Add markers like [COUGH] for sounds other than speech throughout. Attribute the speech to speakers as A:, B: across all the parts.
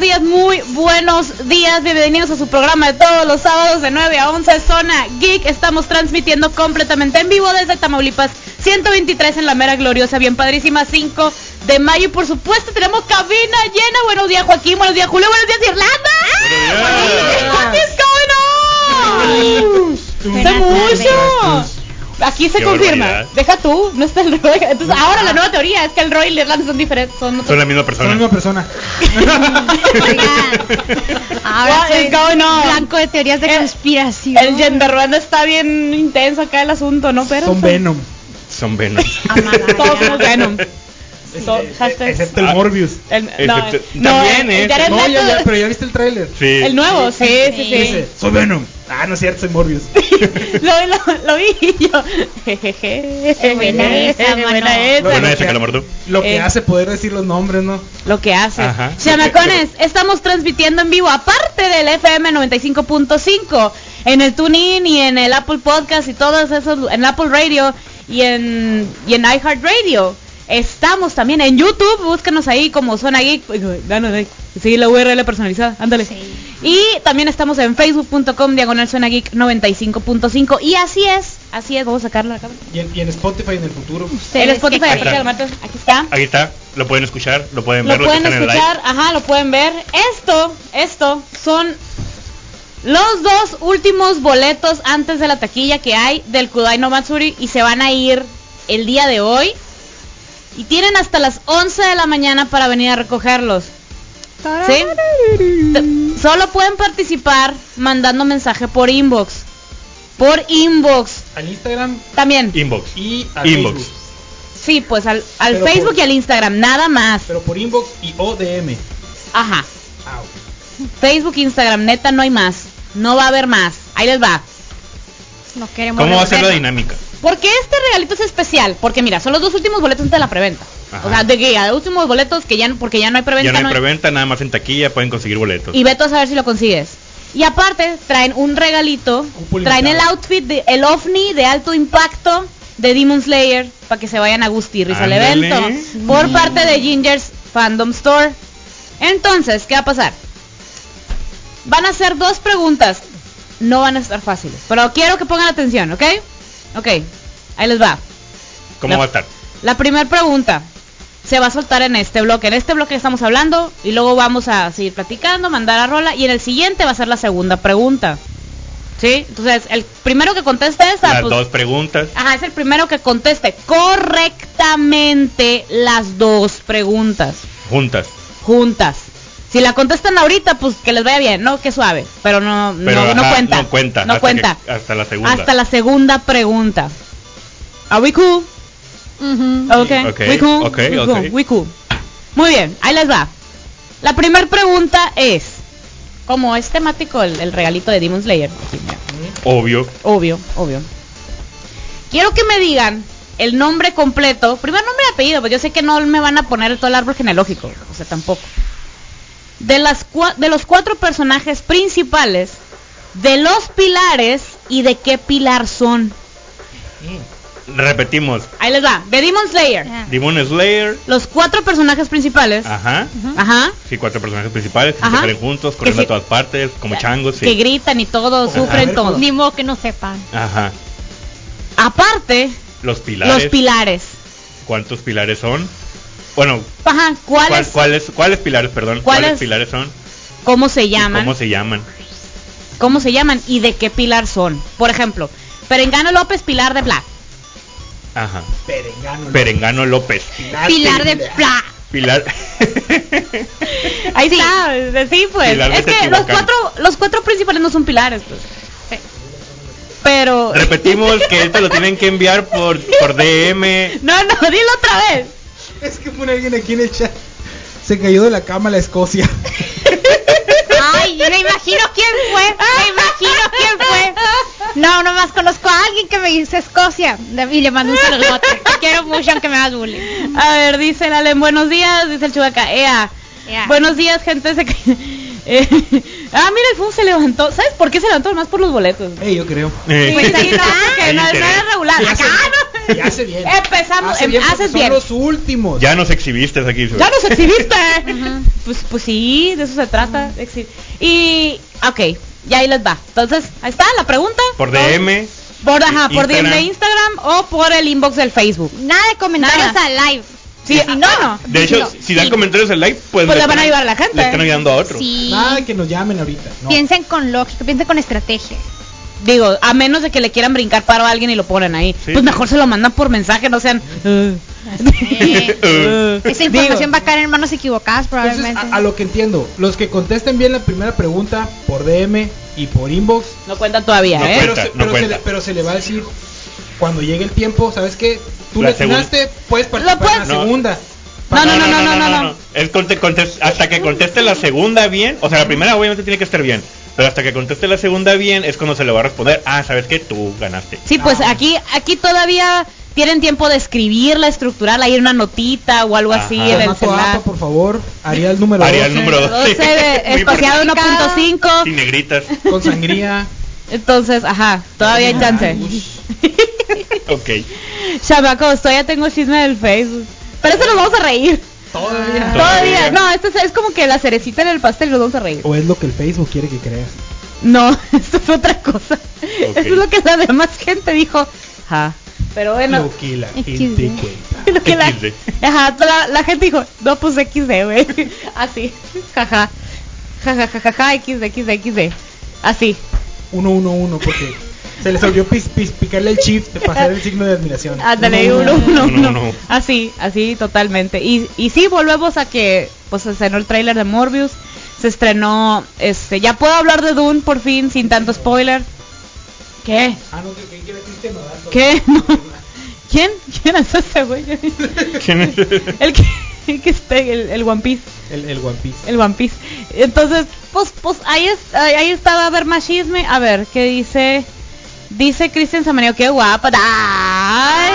A: días, muy buenos días. Bienvenidos a su programa de todos los sábados de 9 a 11, Zona Geek. Estamos transmitiendo completamente en vivo desde Tamaulipas 123 en la Mera Gloriosa, bien padrísima, 5 de mayo. Y por supuesto, tenemos cabina llena. Buenos días, Joaquín. Buenos días, Julio. Buenos días, Irlanda. Buenos días. Hace mucho. Aquí se
B: Qué
A: confirma.
B: barbaridad.
A: Deja tú, no está el Roy. Entonces, ahora la nueva teoría es que el Roy y el Irlanda son diferentes. Son otros.
B: Son la misma
C: Son la misma
B: persona.
C: persona.
D: Ahora
A: What
D: soy
A: is going on?
D: blanco de teorías de
A: El-
D: conspiración.
A: El gender rueda está bien intenso acá el asunto, ¿no? Pero
C: Son Venom.
A: [LAUGHS]
B: Son Venom.
A: Ah,
D: Amarraya.
A: Todos somos Venom. So- hashtag-
C: Excepto el
B: Ah.
C: Morbius.
A: el, no,
B: Excepto-
A: el- no, el-
B: también,
A: el
B: ¿eh?
A: Jared
C: No, ya, ya,
A: Leto-
C: pero ya viste el tráiler.
B: Sí.
A: El nuevo, sí, sí, sí.
C: Dice, soy Venom. Ah, no es cierto, soy
A: [LAUGHS]
C: Morbius.
A: Lo, lo- lo vi y yo. [LAUGHS] Jejeje.
D: Qué buena esa,
A: Qué buena
D: mano.
A: esa.
B: Buena
C: Lo
B: esa
C: que-
B: que la mordió.
C: Lo que
A: Eh.
C: hace poder decir los nombres, ¿no?
A: lo que hace.
B: Ajá.
A: Chamacones, estamos transmitiendo en vivo, aparte del FM 95.5, en el TuneIn y en el Apple Podcast y todos esos, en Apple Radio y en, y en iHeartRadio. Estamos también en YouTube, búscanos ahí como Zona Geek, pues, danos like, sí, la URL personalizada, ándale.
D: Sí.
A: Y también estamos en facebook.com diagonal Zona Geek 95.5 y así es, así es, vamos a sacarlo acá.
C: Y en, y en Spotify en el futuro. pues,
A: El Spotify,
B: Ahí está.
A: Jorge Almato, aquí está.
B: Ahí está. Lo pueden escuchar, lo pueden ver,
A: Lo
B: lo que
A: pueden
B: están en el
A: escuchar,
B: live.
A: ajá, lo pueden ver. Esto, esto son los dos últimos boletos antes de la taquilla que hay del Kudai no Matsuri y se van a ir el día de hoy. Y tienen hasta las 11 de la mañana para venir a recogerlos. ¿Sí? T- Solo pueden participar mandando mensaje por inbox. Por inbox.
C: Al Instagram
A: También.
B: Inbox.
C: y al
B: Inbox.
C: Facebook.
A: Sí, pues al, al
C: Pero
A: Facebook
C: por-
A: y al Instagram, nada más.
C: Pero por inbox y ODM.
A: Ajá.
C: Ah, ok.
A: Facebook, Instagram, neta, no hay más. No va a haber más. Ahí les va.
D: No queremos
B: ¿Cómo va a ser la
D: revelar.
B: dinámica?
A: Porque este regalito es especial? Porque mira, son los dos últimos boletos antes de la preventa.
B: Ajá.
A: O sea, de que a los últimos boletos que ya no- porque ya no hay preventa.
B: Ya no hay
A: no hay-
B: preventa, nada más en taquilla pueden conseguir boletos.
A: Y ve tú a saber si lo consigues. Y aparte, traen un regalito.
C: Cupo
A: Traen el
C: limitado.
A: outfit, de, el ovni de alto impacto de Demon Slayer para que se vayan a gusto y risa al
B: Ándale.
A: evento. Por parte de Ginger's Fandom Store. Entonces, ¿qué va a pasar? Van a hacer dos preguntas. No van a estar fáciles. Pero quiero que pongan atención, ¿ok? Ok. Ahí les va.
B: ¿Cómo
A: la-
B: va a estar?
A: La primera pregunta se va a soltar en este bloque. En este bloque estamos hablando y luego vamos a seguir platicando, mandar a Rola y en el siguiente va a ser la segunda pregunta. ¿Sí? Entonces, el primero que conteste esa,
B: Las
A: pues,
B: dos preguntas.
A: Ajá, es el primero que conteste correctamente las dos preguntas
B: juntas.
A: juntas. Si la contestan ahorita, pues que les vaya bien, ¿no? Que suave. Pero no, no-
B: Pero
A: no,
B: ajá,
A: cuenta.
B: No cuenta.
A: No
B: hasta
A: cuenta.
B: que- hasta la segunda.
A: Hasta la segunda pregunta. ¿Are we cool?
D: Ujú.
A: Okay.
B: Ok,
A: we cool,
B: ok,
A: we
B: ok.
A: cool, we cool. Muy bien, ahí les va. La primera pregunta es, como es temático el, el regalito de Demon Slayer, aquí, mira,
B: Obvio.
A: obvio, obvio. Quiero que me digan el nombre completo, primer nombre y apellido, pues yo sé que no me van a poner todo el árbol genealógico, o sea, tampoco. De, las cua- de los cuatro personajes principales, de los pilares y de qué pilar son.
B: Repetimos.
A: Ahí les va, de Demon Slayer.
D: Ya.
B: Demon Slayer.
A: Los cuatro personajes principales.
B: Ajá.
A: Ajá.
B: Sí, cuatro personajes principales que se
A: Ajá.
B: salen juntos, corriendo
A: sí.
B: a todas partes, como changos.
A: Que
B: Sí.
A: gritan y todo,
C: Ajá. A
A: sufren
C: ver,
A: todo.
D: Ni modo que no sepan.
B: Ajá.
A: Aparte,
B: Los pilares.
A: los pilares.
B: ¿Cuántos pilares son? Bueno,
A: Ajá,
B: ¿cuál-
A: ¿cuáles?
B: ¿cuáles cuáles pilares, perdón?
A: ¿Cuáles
B: ¿Cuáles pilares son?
A: ¿Cómo se
B: ¿Y
A: llaman?
B: ¿Cómo se llaman?
A: ¿Cómo se llaman? ¿Y de qué pilar son? Por ejemplo, Perengano López, pilar de Bla.
B: Ajá.
C: Perengano.
B: Perengano López.
D: Pilar
C: [LAUGHS]
D: de
C: Pilar.
D: Pla.
A: [LAUGHS]
B: Pilar. [LAUGHS]
A: Ahí está, sí, pues.
B: Pilar de
A: es que los
B: Teotihuacán.
A: cuatro, los cuatro principales no son pilares, pues. Pero.
B: Repetimos que esto lo tienen que enviar por, por DM.
A: No, no, dilo otra vez.
C: Es que pone alguien aquí en el chat. Se cayó de la cama la Escocia. [LAUGHS]
D: Ay, me imagino quién fue. Me imagino quién fue. No, nomás conozco a alguien que me dice Escocia. Y le mando un saludote. Te quiero mucho aunque me hagas bullying.
A: A ver, dice el Alem, buenos días, dice el Chubaca, ea.
D: Ea.
A: Buenos días, gente. Se... ca- [LAUGHS] Eh, ah, mira, el Fun se levantó. ¿Sabes por qué se levantó? Más por los boletos.
C: Ey, yo creo.
B: Eh, [LAUGHS]
C: [LAUGHS]
A: Pues ahí no,
B: hay
A: que no, no
B: interés.
A: era regular. Acá, no,
C: Y hace bien.
A: Empezamos,
C: Hace
A: em-
C: bien porque
A: haces
C: son
A: bien.
C: los últimos.
B: Ya nos exhibiste aquí. Suri.
A: ¡Ya nos
C: [LAUGHS]
A: exhibiste! pues, pues sí, de eso se trata. exhi- Y, ok, ya ahí les va. Entonces, ahí está la pregunta.
B: Por DM.
A: Por, ajá, por DM de
B: Instagram.
A: Instagram o por el inbox del Facebook.
D: Nada de comentarios
A: Nada.
D: al live.
A: Sí,
D: si no, no.
B: De hecho,
D: No.
B: si dan comentarios al like, pues,
A: Pues
B: le
A: le van a
B: están-
A: ayudar a la gente.
B: Le están ayudando a otros. [LAUGHS]
D: Sí.
C: Nada de que nos llamen ahorita. No.
D: Piensen con lógica, piensen con estrategia.
A: Digo, a menos de que le quieran brincar paro a alguien y lo ponen ahí.
B: Sí,
A: pues
B: sí.
A: mejor se lo mandan por mensaje, no sean. uh. "Ugh".
D: Eh,
B: Eh,
D: Esa
A: Digo,
D: información va a caer en manos equivocadas
C: Entonces,
D: probablemente.
C: a, a lo que entiendo, los que contesten bien la primera pregunta por DM y por inbox,
A: [LAUGHS] No cuentan todavía,
B: No
A: ¿eh?
B: cuentan.
C: pero,
B: Cuenta, no
C: se, pero, se
B: cuenta.
C: le, pero se le va a decir cuando llegue el tiempo, ¿sabes qué? Tú
B: La
C: le atinaste, puedes participar
A: puedes-
C: en la
B: No.
C: segunda.
A: No, no, no, no, no, no, no.
B: Es conte- contest- hasta que conteste la segunda bien. O sea, la primera obviamente tiene que estar bien. Pero hasta que conteste la segunda bien es cuando se le va a responder. Ah, sabes que tú ganaste.
A: Sí, pues
C: No.
A: aquí, aquí todavía tienen tiempo de escribirla, estructurarla, ir una notita o algo así
B: Ajá.
A: en el
C: Formato APA,
A: celular.
C: por favor, Arial número
B: Haría el
C: 12,
B: número
A: 12
B: 12.
A: de-
B: [LAUGHS] Muy
A: espaciado
B: importante. Y
A: 1.5.
B: negritas.
C: con sangría.
A: Entonces, ajá, [LAUGHS] todavía hay chance.
C: Ush.
B: Ok.
A: Chamacos, todavía tengo chisme del Facebook. Pero eso nos vamos a reír.
C: Todavía.
A: Todavía.
B: Todavía.
A: No, esto es, es como que la cerecita en el pastel, nos vamos a reír.
C: O es lo que el Facebook quiere que creas.
A: No, [LAUGHS] eso fue otra cosa.
B: Ok.
A: Eso es lo que la demás gente dijo. Ajá. Pero bueno,
C: Lo que la gente
D: XD.
C: cuenta.
A: [LAUGHS] lo que la,
B: XD.
A: ajá, la, la gente dijo, no, pues XD, güey. [LAUGHS] Así. Jaja. Jaja, jaja, jaja, XD, XD, XD. Así.
C: Uno, uno, uno, porque se les olvidó pis- pis- picarle el chip de pasar el signo de admiración.
A: Ándale,
C: Uno,
A: uno,
C: uno,
A: uno,
B: Uno,
A: uno.
B: uno.
A: Así, así totalmente. Y, y sí, volvemos a que pues se estrenó el tráiler de Morbius. Se estrenó, este, ya puedo hablar de Dune por fin, sin tanto spoiler. ¿Qué?
C: Ah, no, que- que- que era Cristian Nodal.
A: ¿Qué? [LAUGHS] No. ¿Quién? ¿Quién es ese güey? [LAUGHS]
B: ¿Quién es?
A: El que, el que está, el, el One Piece,
C: El, el One Piece.
A: el One Piece. Entonces, pues, pues ahí, es, ahí, ahí estaba a ver más chisme. A ver, ¿qué dice? Dice Cristian Samaneo, qué guapa. ¡Ay!
D: Ah.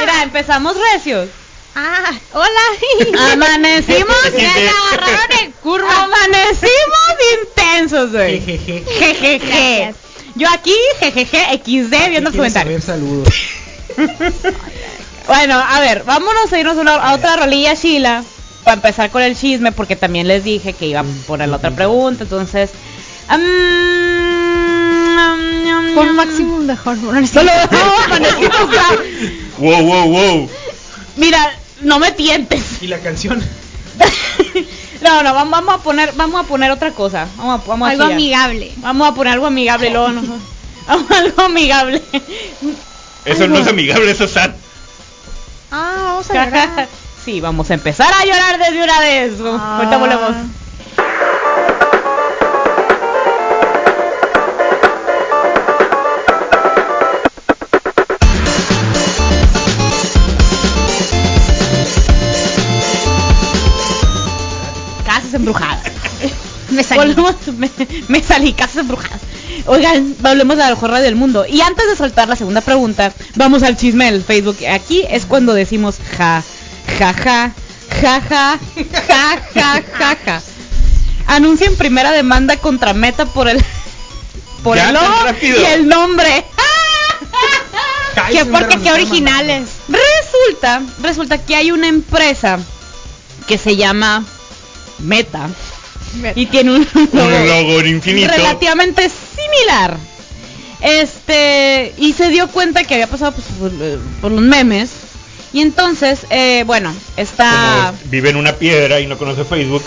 A: Mira, empezamos recios.
D: Ah, hola.
A: Ah, Amanecimos.
D: Me agarraron en curva.
A: Amanecimos intensos, güey.
C: Jejeje.
A: Jejeje.
D: Gracias.
A: Yo aquí, jejeje, XD, viendo los
C: ¿Quieres
A: comentarios.
C: saber? saludos.
A: Bueno, a ver, vámonos a irnos a, una- a otra rolilla chila para empezar con el chisme porque también les dije que iba a poner la otra pregunta, entonces mm,
D: Por máximo de Hormone. No, no es
A: Solo
D: cierto.
A: no, amanecimos, o sea,
B: Wow, wow, wow.
A: Mira, no me tientes.
C: ¿Y la canción?
A: No, no, vamos, vamos a poner, vamos a poner otra cosa. Vamos a, vamos a
D: Algo
A: chillar.
D: amigable.
A: Vamos a poner algo amigable y luego
D: [LAUGHS]
A: nos- vamos a algo amigable.
B: Eso no es amigable, eso es sad.
D: Ah, vamos a ver.
A: [LAUGHS] sí, vamos a empezar a llorar desde una vez. Ahorita volvemos. Casas embrujadas.
D: [LAUGHS] Me salí.
A: Volvemos, me, me salí, casas embrujadas. Oigan, volvemos a la mejor radio del mundo. Y antes de soltar la segunda pregunta, vamos al chisme del Facebook. Aquí es cuando decimos ja, ja, ja, ja, ja, ja, ja, ja, ja. Anuncian primera demanda contra Meta por el por
B: Ya
A: el
B: tan
A: logo
B: rápido.
A: y el nombre. Que
C: Cállese,
A: porque qué
C: Andrea, nos está
A: originales. Resulta, resulta que hay una empresa que se llama Meta y tiene un
B: Un logo infinito.
A: relativamente similar. Este, y se dio cuenta que había pasado pues, por, eh, por los memes. Y entonces, eh, bueno, está...
B: Como vive en una piedra y no conoce Facebook.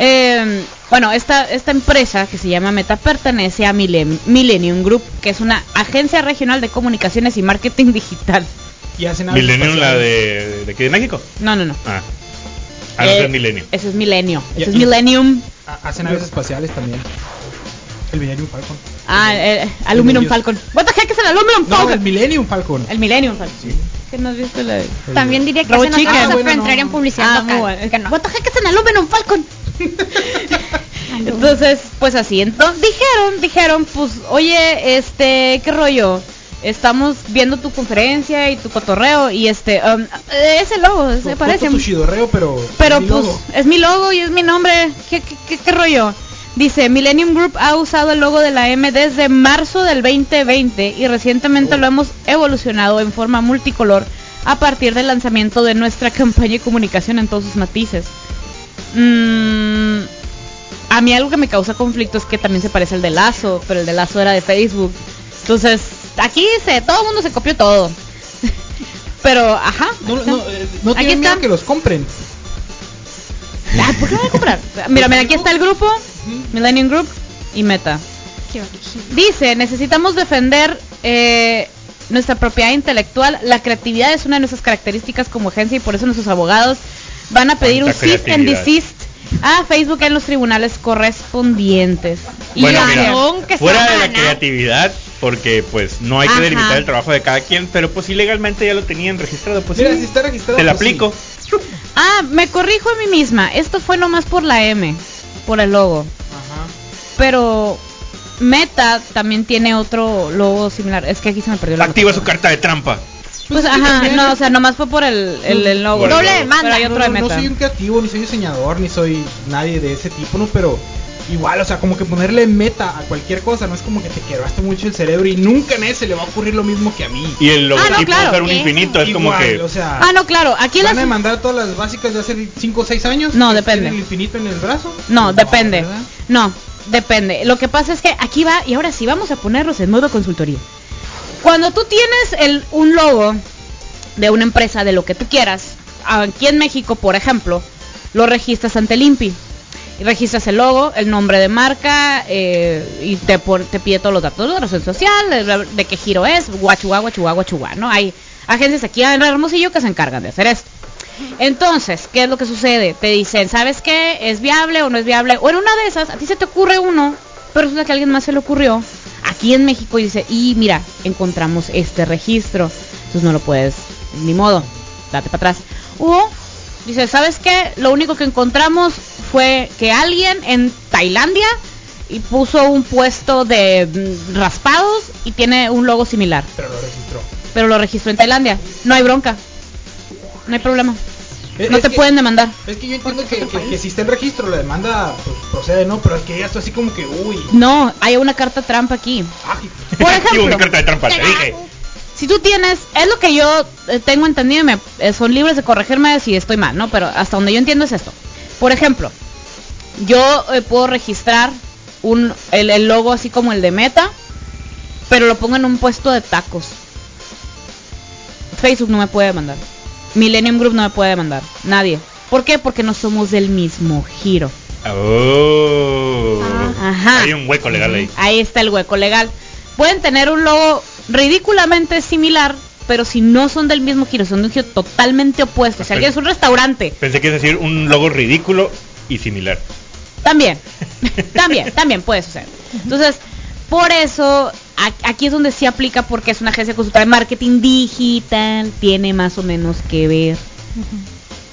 A: Eh, bueno, esta, esta empresa que se llama Meta pertenece a Millen- Millennium Group, que es una agencia regional de comunicaciones y marketing digital.
C: Y hacen algo
B: Millennium, la
C: espacial.
B: de, de aquí de México.
A: No, no, no.
B: Ah. Ah, no,
A: Eh,
B: ese es Millennium.
A: Eso es Milenio. Eso
C: Ya,
A: es
C: y-
A: Millennium.
C: Ha- Ah, Hacen aves espaciales también. El Millennium Falcon.
A: Ah, eh, Aluminum Falcon. ¿What the heck es el Aluminum
C: No, el
A: Falcon?
C: Millennium Falcon.
A: El Millennium Falcon.
C: Sí.
A: ¿Qué no has visto la de-
C: El-
D: También diría que
A: Robo
D: hacen otra
A: chicken.
D: cosa
A: Ah,
C: bueno,
D: para entrar
C: no.
D: en publicidad
A: Ah,
D: local.
A: muy bueno.
D: Es que no.
A: What the heck es el Aluminum Falcon? Entonces, pues así. Entonces dijeron, dijeron, pues, oye, este, ¿qué rollo? Estamos viendo tu conferencia y tu cotorreo y este, um, ese logo, se
C: Poco
A: parece.
C: su chidorreo, pero.
A: Pero
C: mi
A: pues,
C: logo.
A: es mi logo y es mi nombre. ¿Qué, qué, qué- qué rollo? Dice, Millennium Group ha usado el logo de la M desde marzo del 2020 y recientemente lo hemos evolucionado en forma multicolor a partir del lanzamiento de nuestra [LAUGHS] campaña de comunicación en todos sus matices. Mm, a mí algo que me causa conflicto es que también se parece al de Lazo, pero el de Lazo era de Facebook. Entonces, aquí dice, todo el mundo se copió todo. [LAUGHS] pero, ajá.
C: No,
A: ahí está.
C: no, eh, no
A: Aquí
C: tienen miedo
A: está.
C: que los compren.
A: Ah, ¿Por qué lo voy a comprar? Mira, mira, aquí está el grupo, Millennium Group y Meta.
D: Qué original.
A: Dice, necesitamos defender eh, nuestra propiedad intelectual. La creatividad es una de nuestras características como agencia y por eso nuestros abogados van a pedir un
B: Cuánta
A: cease and
B: creatividad.
A: desist a Facebook en los tribunales correspondientes. Y
B: Bueno,
A: vaya,
B: mira,
D: Aarón, que se
B: fuera
D: van a
B: de la
D: ganar.
B: creatividad, porque pues no hay que
A: Ajá.
B: delimitar el trabajo de cada quien, pero pues ilegalmente ya lo tenían registrado, pues
C: Mira,
B: sí,
C: si está registrado.
B: te la
C: pues sí.
B: aplico.
A: Ah, me corrijo a mí misma. Esto fue nomás por la M, por el logo.
C: Ajá.
A: Pero Meta también tiene otro logo similar. Es que aquí se me perdió la
B: Activa
A: nota.
B: su carta de trampa.
A: Pues
C: es que
A: ajá,
C: también-
A: no, o sea, nomás fue por el, el, el logo.
B: Por el Doble logo.
D: demanda.
A: Pero hay otro
C: no,
A: de
C: no, no
A: Meta.
C: soy un creativo, ni soy diseñador, ni soy nadie de ese tipo, ¿no? Pero igual, o sea, como que ponerle meta a cualquier cosa, no es como que te quebraste mucho el cerebro y nunca a nadie se le va a ocurrir lo mismo que a mí.
B: Y el logotipo va
A: Ah, claro,
B: a ser un
D: eso.
B: infinito, es como
C: Igual,
B: que...
C: O sea,
A: Ah, no, claro, aquí las...
C: ¿Van a demandar todas las básicas de hace 5 o 6 años?
A: No,
C: ¿Que
A: depende.
C: tienen el infinito en el brazo?
A: No, depende.
C: ¿verdad?
A: No, depende. Lo que pasa es que aquí va, y ahora sí, vamos a ponerlos en modo consultoría. Cuando tú tienes el, un logo de una empresa, de lo que tú quieras, aquí en México, por ejemplo, lo registras ante el INPI. Y registras el logo, el nombre de marca, eh, y te, pon- te pide todos los datos de la red social, de, de qué giro es, guachua, guachua, guachua, ¿no? Hay agencias aquí en Hermosillo que se encargan de hacer esto. Entonces, ¿qué es lo que sucede? Te dicen, ¿sabes qué? ¿Es viable o no es viable? O en una de esas, a ti se te ocurre uno, pero resulta que a alguien más se le ocurrió aquí en México y dice, y mira, encontramos este registro. Entonces no lo puedes, ni modo, date para atrás. O dice, ¿sabes qué? Lo único que encontramos fue que alguien en Tailandia y puso un puesto de mm, raspados y tiene un logo similar,
C: Pero lo registró.
A: pero lo registró en Tailandia. No hay bronca. No hay problema.
C: Es-
A: No
C: Eh, es
A: te
C: que-
A: pueden em- demandar.
C: Es que yo entiendo que, que, que si está el registro, la demanda pues, procede, ¿no? Pero es que ya esto así como que, uy,
A: No, hay una carta trampa aquí.
C: ah,
A: [LAUGHS] Por
B: Activa una
A: ejemplo,
B: carta de trampa, te dije.
A: si tú tienes, es lo que yo eh, tengo entendido y me, eh, son libres de corregirme si estoy mal, ¿no? Pero hasta donde yo entiendo es esto. Por ejemplo, yo eh, puedo registrar un, el, el logo así como el de Meta, pero lo pongo en un puesto de tacos. Facebook no me puede demandar. Millennium Group no me puede demandar. Nadie. ¿Por qué? Porque no somos del mismo giro.
B: Oh.
A: Ah, Ajá.
B: Hay un hueco legal ahí.
A: Ahí está el hueco legal. Pueden tener un logo ridículamente similar, pero si no son del mismo giro, son de un giro totalmente opuesto. Si alguien es un restaurante,
B: Pensé que es decir un logo ridículo y similar.
A: también, también, también puede suceder. Entonces, por eso, a- aquí es donde sí aplica porque es una agencia consultora de marketing digital, tiene más o menos que ver.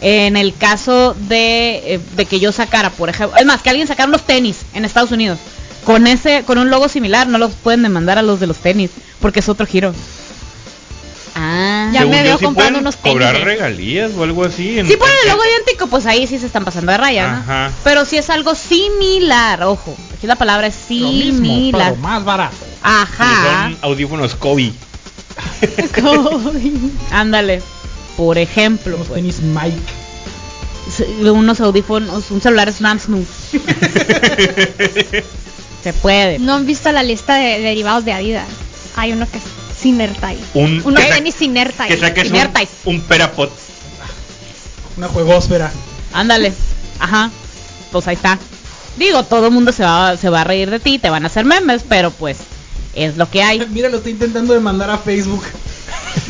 A: En el caso de, eh, de que yo sacara, por ejemplo, es más, que alguien sacara unos tenis en Estados Unidos con ese con un logo similar, no los pueden demandar a los de los tenis porque es otro giro. Ah,
D: Ya me veo comprando
B: pueden
D: unos tenis,
B: cobrar
D: eh.
B: regalías o algo así. en-
A: si ponen el
B: en-
A: logo idéntico, pues ahí sí se están pasando de raya, ¿no?
B: Ajá.
A: Pero si es algo similar, ojo, aquí la palabra es
C: lo mismo,
A: similar.
C: pero más barato.
A: Ajá. [LAUGHS]
B: Son audífonos Kobe.
A: Ándale. Por ejemplo,
C: Los
A: pues,
C: tenis Mike.
A: s- unos audífonos, un celular es
C: [LAUGHS]
A: Samsung. se puede.
D: No han visto la lista de derivados de Adidas. Hay uno que es Sinertai.
B: Un-
D: Unos
B: que sa-
D: tenis Sinertai.
B: que saques un,
A: Inertais.
B: un perapot.
C: Una juegósfera.
A: Ándale. Ajá. Pues ahí está. Digo, todo el mundo se va, se va a reír de ti, te van a hacer memes, pero pues es lo que hay.
C: [LAUGHS] Mira, lo estoy intentando demandar
A: [LAUGHS]
C: a Facebook.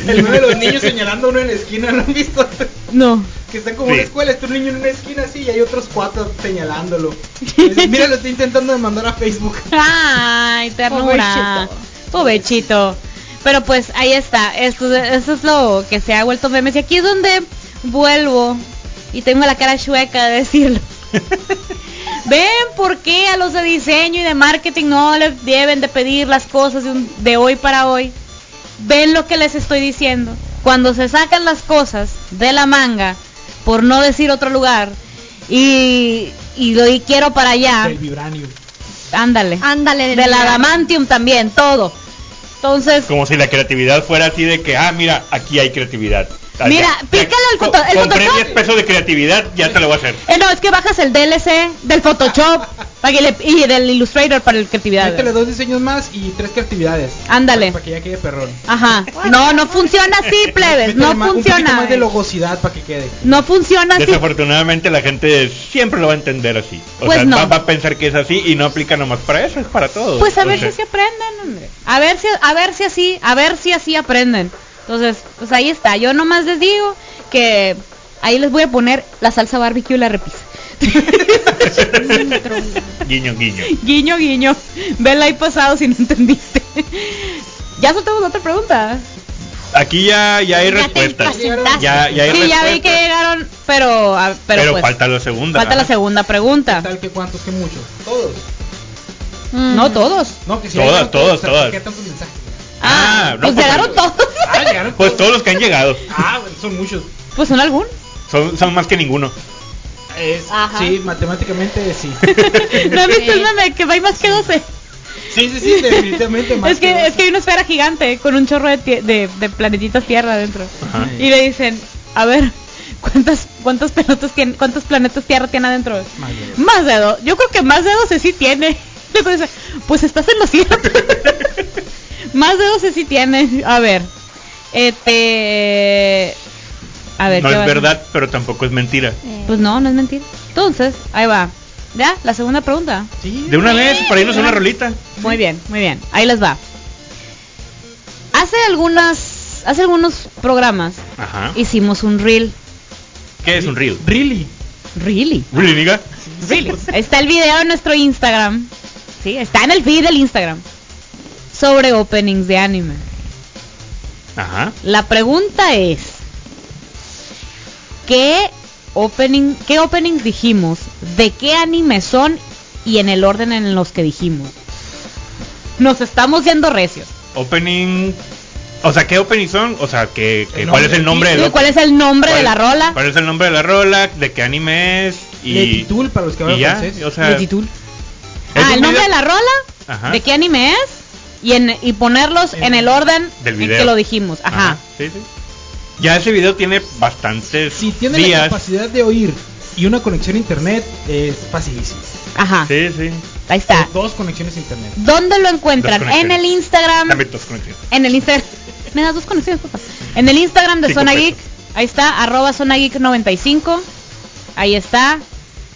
C: El meme de los niños señalando a uno en la esquina, ¿lo han visto?
A: No.
C: Que están como en la
B: Sí.
C: escuela, está un niño en una esquina así y hay otros cuatro
A: [LAUGHS]
C: señalándolo. Es- Mira, lo estoy intentando demandar a Facebook.
A: Ay, ternura. Pobechito. Pero pues ahí está. Esto, esto es lo que se ha vuelto memes. Y aquí es donde vuelvo y tengo la cara chueca de decirlo. ¿Ven por qué a los de diseño y de marketing no les deben de pedir las cosas de, un- de hoy para hoy? ¿Ven lo que les estoy diciendo? Cuando se sacan las cosas de la manga, por no decir otro lugar, y, y doy quiero para allá.
C: El Vibranium.
A: ándale.
D: Ándale,
A: Del adamantium también, todo. Entonces,
B: Como si la creatividad fuera así de que, ah, mira, aquí hay creatividad. Allá.
A: Mira, pícale al
B: Co-
A: foto- el
B: Compré
A: Photoshop.
B: 10 pesos de creatividad, ya te lo voy a hacer.
A: eh, no, es que bajas el DLC del Photoshop
C: [LAUGHS]
A: para que le- y del Illustrator para el creatividad.
C: Métele dos diseños más y tres creatividades.
A: Ándale.
C: Para, para que ya quede perrón.
A: Ajá. No, no funciona
C: [LAUGHS]
A: así, plebes.
C: Métele
A: Pues, No
C: ma- Un poquito
A: funciona.
C: más de logosidad para que quede.
A: No funciona así.
B: Desafortunadamente la gente siempre lo va a entender así. O
A: Pues
B: sea,
A: no.
B: va, va a pensar que es así y no aplica nomás para eso, es para todo.
A: Pues a ver si
B: Entonces,
A: así aprenden, hombre. A ver si, a ver si así, a ver si así aprenden. Entonces, pues ahí está. Yo nomás les digo que ahí les voy a poner la salsa barbecue y la repisa.
B: Guiño, guiño.
A: Guiño, guiño. Vela ahí pasado si no entendiste. ya soltamos la otra pregunta.
B: Aquí ya, ya hay
D: Ya te
B: respuestas.
D: impacientaste.
B: Ya, ya hay
A: sí, ya vi que
B: respuestas.
A: llegaron, pero ah, pero,
B: Pero,
A: pues,
B: falta la segunda.
A: falta la
B: ajá.
A: segunda pregunta.
C: Tal que cuántos, que muchos. Todos.
A: No todos.
C: No, que si
B: Todas,
C: llegaron
B: todas,
C: ¿para
B: todas.
C: ¿Qué tantos mensajes?
B: Ah, no,
A: pues
B: pues,
A: llegaron todos. [LAUGHS]
C: Ah, llegaron
B: [LAUGHS] Pues todos los que han llegado.
C: Ah, bueno, son muchos.
A: pues son algunos.
B: Son, son más que ninguno.
C: Es-
D: Ajá.
C: sí, matemáticamente
A: [LAUGHS]
C: sí.
A: no he visto el meme que hay más que 12.
C: Sí, sí, sí, definitivamente más
A: es que,
C: dos.
A: es que hay una esfera gigante con un chorro de, tie- de, de planetitas tierra adentro.
B: Ajá.
A: Y le dicen, a ver, [LAUGHS] ¿cuántas, cuántos, pelotas tiene, ¿cuántos planetas tierra tiene adentro?
C: Más de dos.
A: Más de dos. Yo creo que más de 12 sí tiene. [LAUGHS] Luego dice, pues estás en lo cierto. más de 12 sí tiene. A ver. Este... A ver.
B: no
A: ¿qué
B: es
A: va?
B: verdad, pero tampoco es mentira.
D: Eh,
A: Pues no, no es mentira. Entonces, ahí va. ¿Ya? La segunda pregunta.
C: Sí.
B: De una vez, para irnos a una rolita.
A: Muy bien, muy bien. Ahí les va. Hace algunas, hace algunos programas
B: Ajá.
A: hicimos un reel.
B: ¿Qué es un reel?
C: Really.
A: Really,
B: Really, diga.
A: really. Está el video en nuestro Instagram. Sí, está en el feed del Instagram. Sobre openings de anime.
B: Ajá.
A: La pregunta es ¿Qué opening, qué openings dijimos? ¿De qué anime son y en el orden en los que dijimos? Nos estamos yendo recios.
B: Opening. O sea, ¿qué opening son? O sea, que, que
C: El
B: ¿cuál
C: nombre.
B: es el nombre del
A: ¿Y ¿Cuál es el nombre de la rola?
B: ¿Cuál es el nombre de la rola? ¿De qué anime es?
C: Le
B: Y.
C: titul para los que
B: y
C: hablan
B: ya.
C: francés.
B: O sea, es
A: Ah,
B: un
A: el nombre
B: video-
A: de la rola,
B: Ajá.
A: de qué anime es y, en, y ponerlos en el orden
B: Del
A: en
B: video.
A: que lo dijimos. Ajá.
B: Sí, sí. Ya ese video tiene bastantes
C: Si tiene la
B: días.
C: capacidad de oír y una conexión a internet, es facilísimo.
A: Ajá.
B: sí, sí.
A: Ahí está.
C: O Dos conexiones a internet.
A: ¿Dónde lo encuentran?
B: Dos
A: En
B: conexiones.
A: el Instagram.
B: Dame tus conexiones.
A: En el Instagram. Me das dos conexiones, papá. En el Instagram de
B: Cinco
A: Zona
B: pesos.
A: Geek. Ahí está, arroba Zona Geek 95. Ahí está.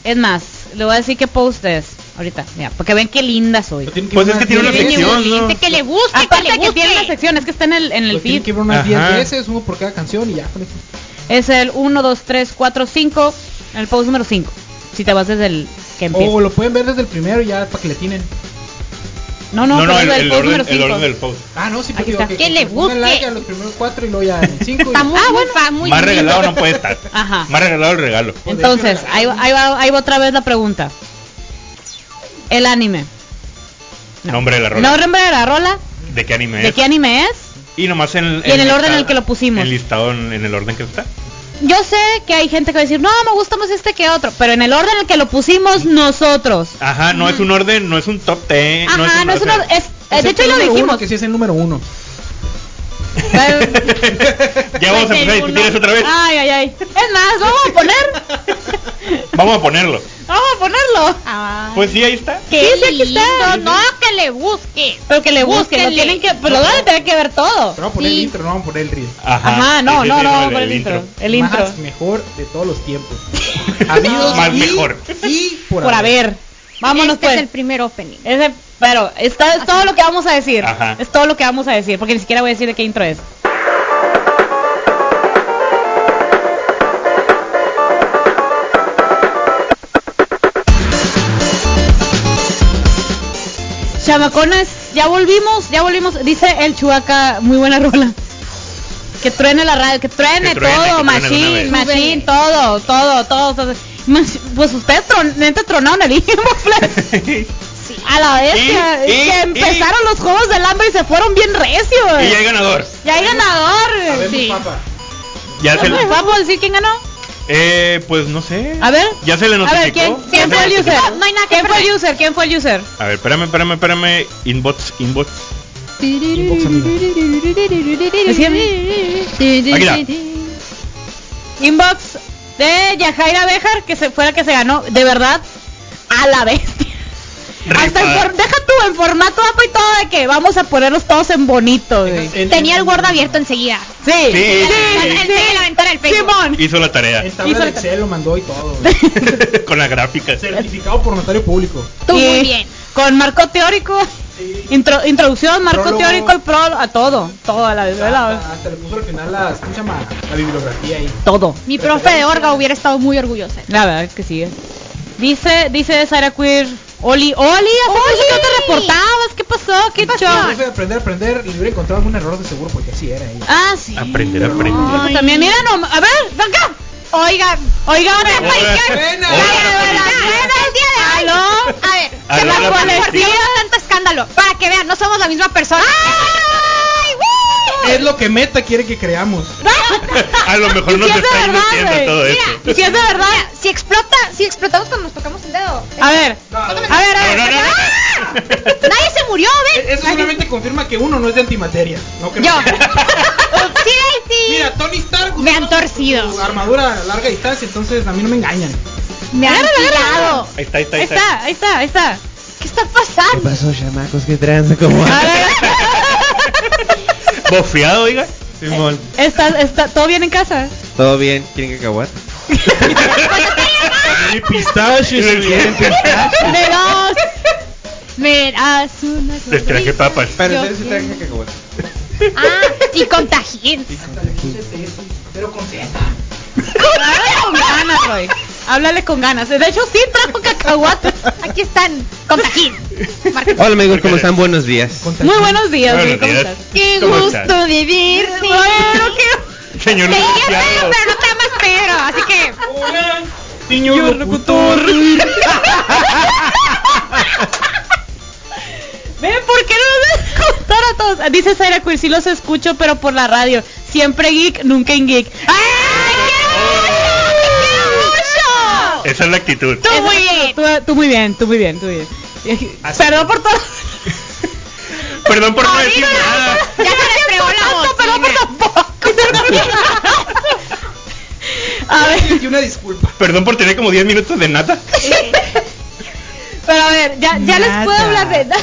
A: Es más, le voy a decir que postes ahorita. Mira, porque ven qué linda soy.
C: Lo tienen
B: Pues es que tiene una
C: diez-
D: Que le
B: sección, ¿no? Pues
D: guste, que le guste,
A: Aparte
D: que le
A: que
D: guste.
A: tiene una sección, es que está en el, en el
C: Lo tienen
A: feed.
C: que ver unas 10
B: Ajá.
C: veces, uno por cada canción y ya con eso.
A: Es el 1, 2, 3, 4, 5. El post número 5. Si te vas desde el
B: Oh,
A: que empieza.
C: O lo pueden ver desde el primero ya para que le tienen.
A: no, no,
B: No, no,
A: pero es
B: el,
A: del
B: el
A: post
B: orden,
A: número
B: el orden
A: 5.
B: del post.
C: Ah, no, sí,
A: Aquí
C: porque
A: está.
C: ok,
A: Que
D: le
C: le pongan like
D: guste.
C: a los primeros cuatro y luego ya en el cinco. y-
D: Está
A: [LAUGHS]
D: muy,
A: Ah,
D: muy
A: bueno.
D: fa- muy
B: Más
D: lindo.
B: regalado no puede estar.
A: Ajá.
B: Más regalado el regalo.
A: Entonces, ahí, va- ahí va, ahí va otra vez la pregunta. El anime. No.
B: Nombre de la rola.
A: No nombre de la rola.
B: ¿De qué anime
A: ¿De
B: es?
A: qué anime es?
B: Y nomás en,
A: Y en el orden en el que lo pusimos.
B: El listado en, en el orden que está.
A: Yo sé que hay gente que va a decir, no, me gusta más este que otro. Pero en el orden en el que lo pusimos nosotros.
B: Ajá, no es un orden, no es un top 10.
A: Ajá, no es
B: o
A: una...
B: sea,
A: es-
C: Es
A: Eh, de
C: el
A: hecho, ya
C: número
A: lo
C: uno,
A: dijimos.
C: Que sí es el número uno.
B: [LAUGHS]
A: Pero-
B: Ya vamos a empezar a discutir eso otra vez.
A: Ay, ay, ay. Es más, vamos a poner.
B: Vamos a ponerlo.
A: Vamos a ponerlo.
D: Ay,
B: Pues sí, ahí está.
D: ah, qué
A: sí, aquí está.
D: lindo, No, que le busque.
A: Pero que le busquen, lo
D: Búsquenle.
A: tienen que, pues lo van a tener que ver todo.
C: Pero vamos a poner el
D: Sí.
C: intro, no vamos a poner el reel.
B: Ajá,
A: Ajá, no,
B: sí, sí,
A: no,
B: sí,
A: no, vamos a
B: el-
A: poner el
B: el
A: intro.
B: intro.
A: El intro.
C: Más mejor de todos los
A: [LAUGHS]
C: tiempos. Habidos
B: Más
C: y-
B: mejor. [LAUGHS]
C: Y por,
A: Por
C: haber.
A: haber. Vámonos
D: este
A: pues.
D: es el primer opening.
A: Ese- pero está, es todo lo que vamos a decir.
B: Ajá.
A: Es todo lo que vamos a decir, porque ni siquiera voy a decir de qué intro es. Chamacones, ya volvimos, ya volvimos. Dice el Chuaca, muy buena rola. Que truene la radio, que truene,
B: Que truene, que
A: todo,
B: truene de una
A: machín,
B: vez.
A: machín, todo, todo, todo. todo. Mas- Pues ustedes tron, neta tronaron [LAUGHS] el himno, Flash. A la vez
B: Y-
A: que,
B: y-
A: que
B: y-
A: empezaron los juegos del hambre y se fueron bien recio,
B: Y
A: güey.
B: ya hay ganador.
A: Ya hay ganador, güey.
C: Sabemos,
A: Sí.
C: papa.
B: Ya se,
A: ¿Vamos a decir quién ganó?
B: Eh, pues no sé.
A: A ver.
B: Ya se le
A: A
B: notificó.
A: ver, ¿quién,
B: Ya
A: quién
B: se
A: fue
B: le
A: el user?
B: notificó.
D: No, no hay nada que
A: ¿Quién fue el
D: perder.
A: user? ¿Quién fue el user?
B: A ver, espérame, espérame, espérame. Inbox, inbox.
C: Inbox,
A: Inbox de Yajaira Bejar, que se fue la que se ganó, de verdad, a la bestia. Hasta en
B: Rifa.
A: for- deja tú en formato APA y todo de que vamos a ponernos todos en bonito, güey. Sí.
C: En- en-
D: Tenía el Word abierto enseguida.
A: Sí.
B: Sí,
D: El
B: sí,
D: Facebook, la ventana del Facebook.
A: Simón.
B: Hizo la tarea. [LAUGHS]
C: En tabla
A: Hizo
C: de
A: el-
C: Excel lo mandó y todo.
B: Con la gráfica.
C: Certificado por notario público.
D: Tú
A: Y
D: muy bien.
A: Con marco teórico, intro- introducción, marco
C: Prólogo.
A: teórico y pro a todo, todo a la vez,
C: Hasta, hasta le puso al final las, ¿cómo se llama? La bibliografía ahí.
A: todo.
D: Mi profe de Orga hubiera estado muy orgullosa.
A: La verdad es que sí. eh. Dice, dice Sara Queer, Oli, Oli, hace mucho que no te reportabas, ¿qué pasó? ¿Qué,
C: Yo
A: show?
C: de aprender, aprender, le hubiera encontrado algún error de seguro porque así era ella.
A: Ah, sí.
B: Aprender, aprender.
A: Porque también, mira, no, a ver, ven acá. Oiga, oiga, una
B: Otra.
A: aparición.
B: Buena.
A: La
B: Otra
A: verdad,
D: aparición.
A: ¿verdad? Aló.
D: A ver,
B: A
D: se
B: la
D: me
B: hora
D: ocurre
B: policía.
D: por qué hubo tanto escándalo. Para que vean, no somos la misma persona. ¡Ay, güey!
C: Es lo que Meta quiere que creamos.
B: [LAUGHS] A lo mejor
A: Y
B: nos
A: si es de
B: están
A: verdad, güey.
B: mintiendo todo
A: Mira,
B: esto.
A: Y si es de verdad.
D: Mira, si explota, si explotamos cuando nos tocamos el dedo.
A: A ver, a ver, a ver.
B: No, no, no,
D: [LAUGHS]
B: no.
D: Nadie se murió,
C: E-
D: ven.
C: Eso solamente confirma que uno no es de antimateria. No
B: [LAUGHS]
C: creo.
D: Yo. sí, sí.
C: Mira, Tony Stark.
D: Me han
C: usaba
D: torcido.
C: su Armadura a larga distancia, entonces a mí no me engañan.
D: Me han
A: Agárralo,
D: tirado.
B: Ahí está, ahí está,
A: Ahí
B: ahí está.
A: está, ahí está, ahí está.
D: ¿Qué está pasando?
E: pasó, chamacos? ¿Qué tranza? ¿Cómo
A: A ver,
B: Bofeado, oiga. Simón.
A: [LAUGHS] está, está, todo bien en casa.
E: ¿Todo bien? ¿Quieren cacahuate?
B: Y pistaches,
A: De dos.
D: Me das una
B: Les traje papas.
E: Pero
A: Yo
E: ustedes sí traen cacahuate.
D: Ah, y contagien.
C: Pero con Z.
A: Háblale con ganas, Roy. Háblale con ganas. De hecho, sí trajo cacahuates.
D: Aquí están, contagien. Marca.
E: Hola, amigos, ¿cómo están? Buenos días.
A: Muy buenos días,
B: Buenos
A: Roy. ¿Cómo
B: días.
A: estás?
D: Qué
B: ¿Cómo
D: gusto
B: estás?
D: vivir. sin-
A: Bueno, qué-
B: Señor
D: Te dije Pedro,
B: licenciado.
D: pero no te amas Pedro, así que.
C: Señor locutor.
A: Ven, ¿por qué no los dejas contar a todos? Ah, Dice Zaira Queer, sí los escucho, pero por la radio. Siempre geek, nunca en geek.
D: ¡Ay, qué
B: Esa es la actitud.
D: Tú
A: Eso
D: muy
A: es
D: bien.
A: todo, Tú, tú muy bien, tú muy bien, tú muy bien. Perdón por todo.
B: Perdón por no decir
D: Ahorita
B: nada.
D: hermoso! Ya se le fregó
A: Tanto,
D: la
A: perdón por
D: bocina.
A: tampoco. A ver,
C: Y una disculpa.
B: Perdón por tener como 10 minutos de nada.
A: pero a ver, ya, ya les puedo hablar de...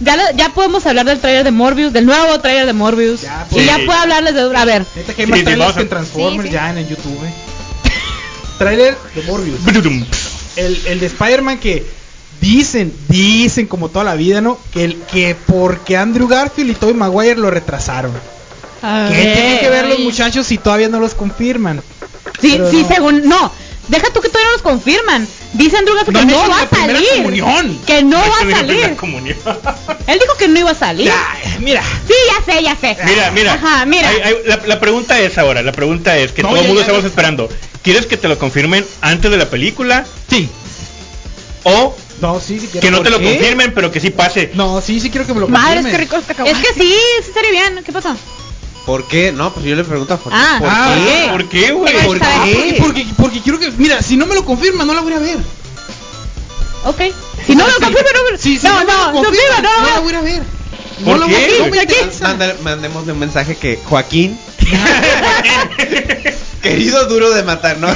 A: Ya, lo- ya podemos hablar del trailer de Morbius, del nuevo trailer de Morbius.
C: Ya,
A: y
B: pues.
A: ya
B: Sí.
A: puedo hablarles de... A ver,
C: Neta que hay
B: Sí,
C: más
B: sí,
C: trailers
B: vamos a-
C: que en Transformers
D: Sí, sí.
C: ya en el YouTube. eh. Trailer de Morbius. El, el de Spider-Man que dicen, dicen como toda la vida, ¿no? Que, el, que porque Andrew Garfield y Tobey Maguire lo retrasaron.
A: a
C: ¿Qué
A: ver.
C: tienen que ver los muchachos si todavía no los confirman?
A: Sí,
C: Pero
A: sí,
C: no.
A: según. No, deja tú que todavía no los confirman. Dicen Drugas que no,
C: han hecho ni
A: va
C: la
A: a
C: primera
A: salir.
C: comunión.
A: Que no va
B: Esto
A: a
B: es mi primera
A: salir.
B: comunión.
A: Él dijo que no iba a salir.
C: Ya, mira.
A: Sí, ya sé, ya sé.
B: Mira, mira.
A: Ajá, mira.
B: Hay- hay- la, la pregunta es ahora, la pregunta es que
C: No,
B: todo el
C: ya,
B: mundo
C: ya,
B: estamos
C: ya.
B: esperando. ¿Quieres que te lo confirmen antes de la película?
C: Sí.
B: O
C: No, sí, sí quiero.
B: que no te
C: ¿Por
B: lo
C: qué?
B: confirmen, pero que sí pase.
C: No, sí, sí quiero que me lo
D: Madre,
C: confirmen.
D: es que rico los cacahuates.
A: es que sí, sí estaría bien. ¿Qué pasó?
E: ¿Por qué? No, pues yo le pregunto a Jorge.
A: Ah,
E: ¿Por
C: ah,
E: qué?
B: ¿Por qué, güey?
D: Tengo
B: ¿Por
D: esta-
C: Ah,
B: qué?
C: porque, porque, porque quiero que. Mira, si no me lo confirma, no la voy a ver.
A: Ok. Si no, lo
C: Sí.
A: confirman, no.
C: Sí, sí,
A: no,
C: me lo
A: no, no,
C: confirma,
A: confirma, no,
C: no la
A: no,
C: voy a ver.
B: ¿Por
C: no
B: qué?
C: Lo voy a ver, no me
A: Aquí.
C: interesa.
E: Mándale- mandemos un mensaje que
B: [LAUGHS]
E: Joaquín. Querido duro de matar, ¿no?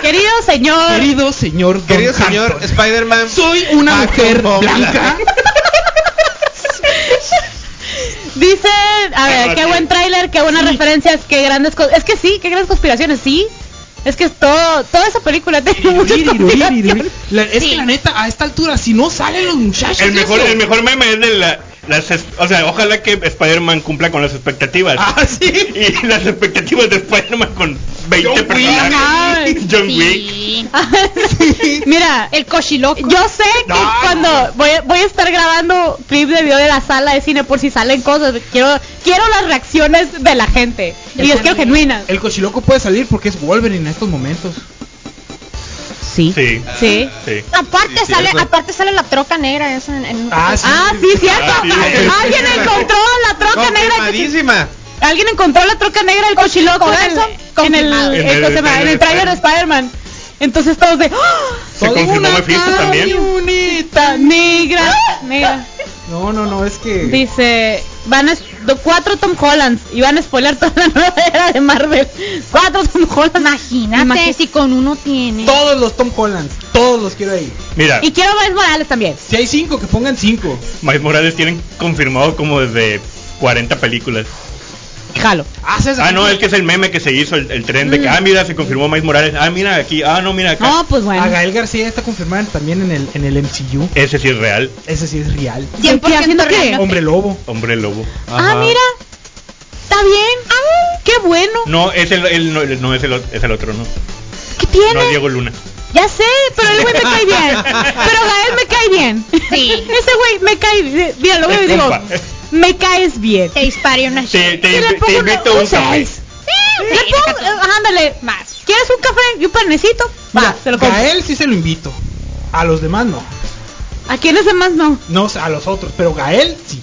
A: Querido señor.
C: Querido señor. Don
E: Querido señor
C: Hampton,
E: Spider-Man.
C: soy una
E: Paco
C: mujer
E: Bomba.
A: [LAUGHS]
C: blanca.
A: Dice, a ver,
B: Ah,
A: qué
B: sí.
A: buen tráiler, qué buenas referencias, qué grandes cosas. Es que sí, qué grandes conspiraciones, sí. Es que es todo, toda esa película [LAUGHS] tiene muchas conspiraciones.
C: La- es que la neta, a esta altura, si no salen los muchachos.
B: El mejor,
C: eso.
B: el mejor meme es de la, las... es- O sea, ojalá que Spider-Man cumpla con las expectativas.
C: Ah, sí.
B: [LAUGHS] Y las expectativas de Spider-Man con 20
C: John Wick.
B: personajes.
A: Ajá.
B: John Wick.
D: Sí.
A: Mira,
D: El cochiloco.
A: yo sé que
B: No,
A: cuando Voy, a, voy a estar grabando clip de video de la sala de cine por si salen cosas, quiero quiero las reacciones de la gente y las quiero genuinas.
C: El cochiloco puede salir porque es Wolverine en estos momentos.
A: Sí. Sí.
B: Sí, sí.
D: Aparte
E: Sí,
D: sale,
E: cierto.
D: aparte sale la troca negra esa en, en-
C: Ah, sí.
A: Ah, sí, cierto.
B: Ah, sí.
A: Alguien encontró la troca negra.
E: Confirmadísima.
A: Alguien encontró la troca negra del cochiloco.
D: Con
A: en el- en
D: eso.
A: el,
D: Confirmado.
A: en
B: En el-
A: ¿cómo se llama?
B: en
A: en
B: el
A: el tráiler de Spider-Man. Entonces todos de ¡Ah!
B: Se
C: Soy
B: confirmó
A: una
B: Mephisto también.
A: camioneta negra,
D: ¡Ah!
A: negra.
C: No, no, no, es que.
A: Dice, van a es- do- cuatro Tom Hollands y van a spoiler [LAUGHS] toda la nueva era de Marvel. Cuatro Tom Hollands.
D: Imagínate,
A: Imagi-
D: si con uno tiene.
C: Todos los Tom Hollands, todos los quiero ahí.
A: [LAUGHS]
B: Mira,
A: Y quiero Miles Morales también.
C: Si hay cinco, que pongan cinco.
B: Miles Morales tienen confirmado como desde 40 películas.
A: Jalo.
C: Haces
B: Ah, no, es que es el meme que se hizo, el, el tren de que, ah, mira, se confirmó Miles Morales. Ah, mira aquí, ah, no, mira acá.
A: No, pues
C: A
A: bueno.
C: Gael García está confirmada también en el, en el MCU.
B: Ese sí es real,
C: Ese sí es real.
A: 100% haciendo qué?
D: real.
C: Hombre lobo.
B: hombre lobo.
A: eh, Ah, mira. Está bien. Ah, qué bueno.
B: No, es el, el- no, el- no, es, el, o- es el otro, no.
A: ¿Qué
B: No
A: tiene?
B: es Diego Luna.
A: Ya sé, pero el güey me cae
B: [LAUGHS]
A: bien. Pero Gael me cae bien. [LAUGHS]
D: Sí.
A: Ese güey me cae bien. Mira, lo veo y
B: Es
A: digo,
B: compa.
A: me caes bien.
D: Te disparé una
B: Te, te,
A: Y
B: invi-
A: le
B: te
A: pongo una-
B: invito a un café.
A: seis. Le pongo, eh, ándale,
D: Más.
A: ¿quieres un café y un panecito? Va,
C: Mira,
A: se lo compro.
C: a él sí se lo invito. A los demás no.
A: ¿A quiénes demás no?
C: No, a los otros, pero Gael sí.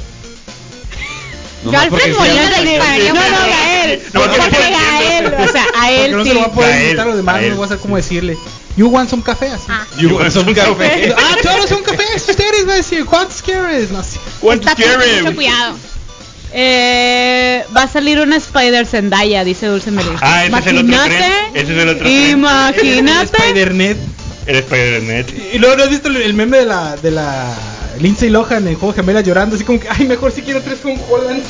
E: No,
A: Yo a
E: más porque
A: Alfred
E: sea
A: Molina
E: mujer.
A: le pagaría
B: No,
A: No,
B: no,
A: no,
B: Gael.
A: Gael.
B: No,
A: porque
B: porque no entiendo.
A: Gael, o sea, a
C: Porque
A: él
C: no
A: sí.
C: se lo va a poder
B: Gael,
C: invitar a los demás,
B: Gael,
C: no voy a saber
B: sí.
C: cómo decirle. You want some café así.
D: Ah.
B: You want some
A: [LAUGHS]
B: café.
C: Ah, todos son cafés, ustedes va a decir, ¿cuántos quieres? No sé.
B: ¿Cuántos
D: Mucho
B: quieren?
D: cuidado.
A: Eh, va a salir una Spider Zendaya, dice Dulce Melissa.
B: Ah, ese es el otro tren. Ese es el otro tren.
C: [LAUGHS]
A: Imagínate.
C: Spider-Net.
B: El Spider-Net.
C: Y luego no has visto el- el meme de la de la Lindsay Lohan en el juego de Gemela llorando así como que ay mejor si quiero tres con Holland.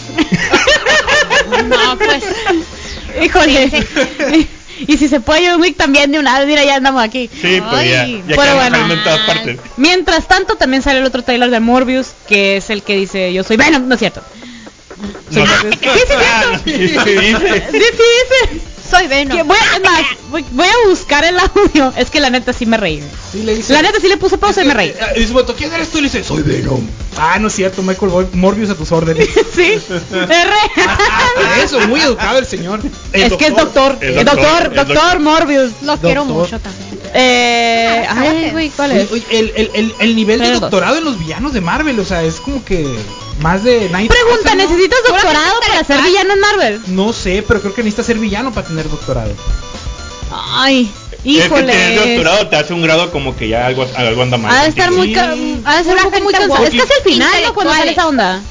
A: No, pues. [LAUGHS] Híjole. y si se puede, un Wick también de una vez. Mira, ya andamos aquí.
B: Sí, pues ya.
D: Ay,
B: Ya
A: pero
B: quedan
A: bueno.
B: saliendo en todas partes.
A: Mientras tanto, también sale el otro trailer de Morbius, que es el que dice yo soy Venom, no es cierto.
B: No, no. Ah, [LAUGHS] sí, sí, dice.
A: Sí, sí, dice.
D: Soy Venom.
A: Que voy, a- es más, voy, voy a buscar el audio. Es que la neta sí me reí.
C: Sí le dice.
A: La neta sí le puse pausa y me reí.
C: Y su voto, ¿quién eres eh, tú? Y le dice, soy Venom. Ah, no es cierto, Michael Boy- Morbius a
A: [LAUGHS]
C: tus órdenes.
A: [LAUGHS] Sí, es real.
C: Hasta eso, muy educado el señor. El
A: Es que es doctor,
B: [LAUGHS] Es
A: es
B: doctor,
A: doctor,
B: es
A: doctor
B: doctor.
A: Morbius.
D: Lo quiero
C: Doctor.
D: mucho también.
A: Eh, ay, güey, ¿cuál
C: Oye,
A: es?
C: oye, el, el, el, el nivel de
A: Pero-
C: doctorado en los villanos de Marvel, o sea, es como que más de 90%,
A: Pregunta,
C: ¿no?
A: ¿necesitas doctorado para ser villano en Marvel?
C: No sé, pero creo que necesita ser villano para tener doctorado.
A: Ay,
B: Es que tener
A: híjole.
B: doctorado te hace un grado como que ya algo, algo anda mal.
A: Ha de estar
B: contigo.
A: muy, ca-
C: Sí.
A: ha de ser
D: Pura
A: un poco muy
D: gente
A: cansado. Este Es
D: woke.
A: casi al final, ¿no? Cuando sale esa onda.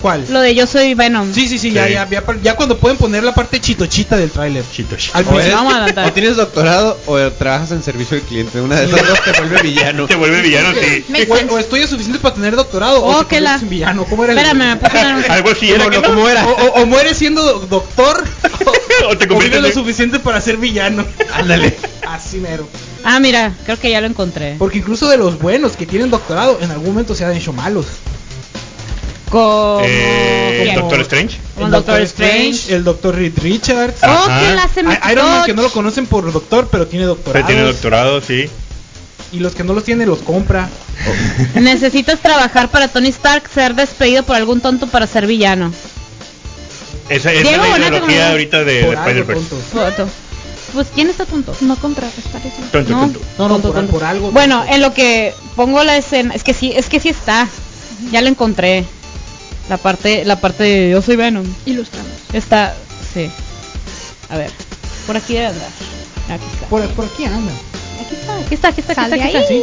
C: ¿Cuál?
A: Lo de yo soy Venom.
C: Sí, sí, sí, Ya,
B: Sí.
C: ya, ya, par- ya cuando pueden poner la parte chitochita del tráiler.
B: Chito, chito.
C: Al
E: O, eres-
C: principio.
E: [LAUGHS]
A: vamos a adelantar.
E: o tienes doctorado o trabajas en servicio al cliente. Una de esas dos te vuelve
A: [LAUGHS]
E: villano.
B: Te vuelve villano, sí.
D: Make
C: O,
D: sense.
C: o estudias suficiente para tener doctorado
A: Oh,
C: o te
A: que la-
C: conviertes en villano. ¿Cómo era? el-
A: Espérame, me puedo poner un-
B: Algo así era
C: Como
B: que
C: lo-
B: no.
C: como era. O, o- o mueres siendo do- doctor
B: [LAUGHS] O te
C: o vives
B: conviertes
C: lo
B: en-
C: suficiente para ser villano.
E: Ándale.
C: Así mero.
A: Ah, mira, creo que ya lo
B: Eh,
A: encontré.
C: Porque incluso de los buenos que tienen doctorado, en algún momento se han hecho malos.
A: Como...
B: Eh,
A: ¿quién?
B: Doctor Strange.
A: Como Doctor Strange.
C: el doctor Reed Richards.
B: Ah,
A: Oh,
B: Ajá.
A: que la se me
C: I- Iron Man que no lo
A: quitó.
C: conocen por doctor, pero tiene doctorado.
B: Pero tiene doctorado, sí.
C: Y los que no los tienen los compra.
A: Necesitas trabajar para Tony Stark, ser despedido por algún tonto para ser villano.
B: Esa esa es
A: Diego
B: la
A: Boneta,
B: ideología
A: ¿no?
B: ahorita de, Eh, de
C: por algo,
B: Spider-Verse.
C: tonto.
A: Tonto. Pues ¿quién está tonto?
D: No contrarrestar eso.
B: Tonto,
A: No.
B: tonto.
C: No, no,
A: Tonto,
C: por,
A: tonto.
C: por algo.
A: Bueno,
C: tonto.
A: en lo que pongo la escena, es que sí, es que sí está. Ya la encontré. La parte, la parte de yo soy Venom.
D: Ilustramos.
A: Está, sí. A ver, por aquí debe andar. Aquí está.
C: por, por aquí anda.
A: Aquí está, aquí está, aquí está, aquí
D: Sal
A: está,
D: de
A: aquí está.
D: ahí.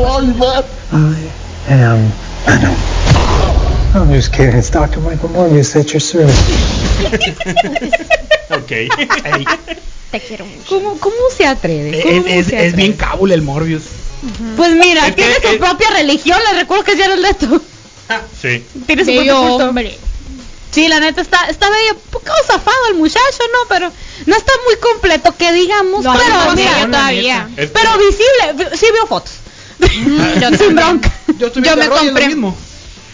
F: I am Venom. I'm just kidding. It's Dr. Michael Morbius at your service.
A: [LAUGHS]
B: Ok.
D: Te quiero mucho.
A: ¿Cómo, cómo se atreve? ¿Cómo
C: Es, Eh, es-
A: se
C: es
A: atreve?
C: bien cábula el Morbius.
A: [LAUGHS] Pues mira,
B: Es que-
A: tiene su
B: es-
A: propia religión, le recuerdo que es Jared Leto.
B: Sí.
A: [LAUGHS] Tiene su propio
D: Bello
A: culto.
D: hombre.
A: Sí, la neta está, está medio poco zafado el muchacho, ¿no? Pero no está muy completo que digamos,
D: Lo
A: pero
D: hago
A: mira,
D: yo todavía.
C: neta.
B: Es-
A: pero visible, sí veo fotos. [LAUGHS] Sin bronca.
C: Yo, estoy
D: Yo
C: viendo
D: me
C: a Roy, es
D: compré-
C: Lo mismo.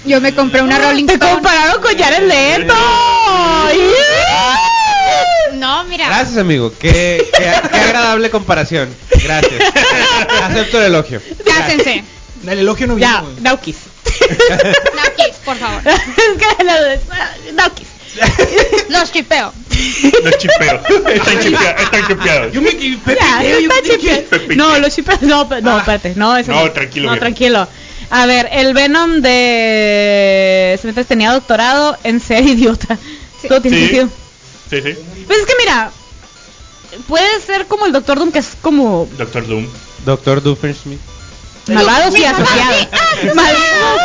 D: Yo me compré una Rolling
A: Ah, Te
D: Stone.
A: compararon con Jared
C: [LAUGHS]
A: Leto.
D: No, mira.
E: Gracias, amigo. Qué, qué, qué agradable comparación. Gracias. Acepto el elogio.
D: Cásense.
C: El elogio no vino.
A: Ya,
C: güey.
A: Daukis.
D: No, Kiss, por favor.
A: es que la- Daukis.
B: [LAUGHS]
D: Los chipeo.
B: Los chipeos. Están chipeados. Están chipeados.
C: Yo me quedé
A: Ya,
C: pepineo, yo
A: está
C: me quedé
A: chipe-
B: que-
A: No, los chipeos no, pe- no,
C: Ah.
A: espérate, no, eso
B: No, tranquilo,
A: No,
B: viejo.
A: tranquilo. A ver, el Venom de Cementres tenía doctorado en ser idiota.
D: Sí.
A: Todo tiene
B: Sí.
A: sentido.
B: Sí, sí.
A: Pues es que mira, puede ser como el Doctor Doom, que es como
B: Doctor Doom.
E: Doctor Doofenshmirtz.
A: malvados y asociados. Malvados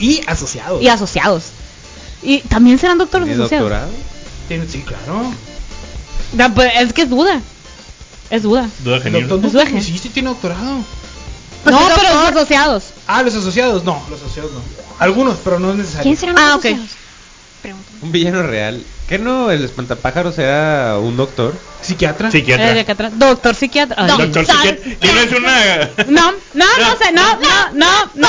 C: Y asociado.
A: y asociados. Y también serán doctores
E: ¿Tiene
A: asociados.
E: doctorado?
C: Tiene- sí, claro.
A: Da, pues, es que es duda. Es duda.
B: Duda genial.
C: Doctor
A: Es
C: Doom,
A: dueje.
C: Sí, sí tiene doctorado.
A: no, pero los asociados.
C: Ah, los asociados, no, los asociados no. Algunos, pero no es necesario.
D: ¿Quién serán
A: Ah,
D: los
A: ok.
D: asociados? Pregunto.
E: Un villano real. ¿Qué no? El espantapájaros era un doctor.
C: ¿Psiquiatra?
A: Eh, de
B: Psiquiatra.
A: acá atrás. Doctor psiquiatra. Ay,
D: Doc-
B: Doctor
D: Sal-
B: Psiquiatra. ¿Tienes una.?
A: No, no, no sé, no, no, no, no,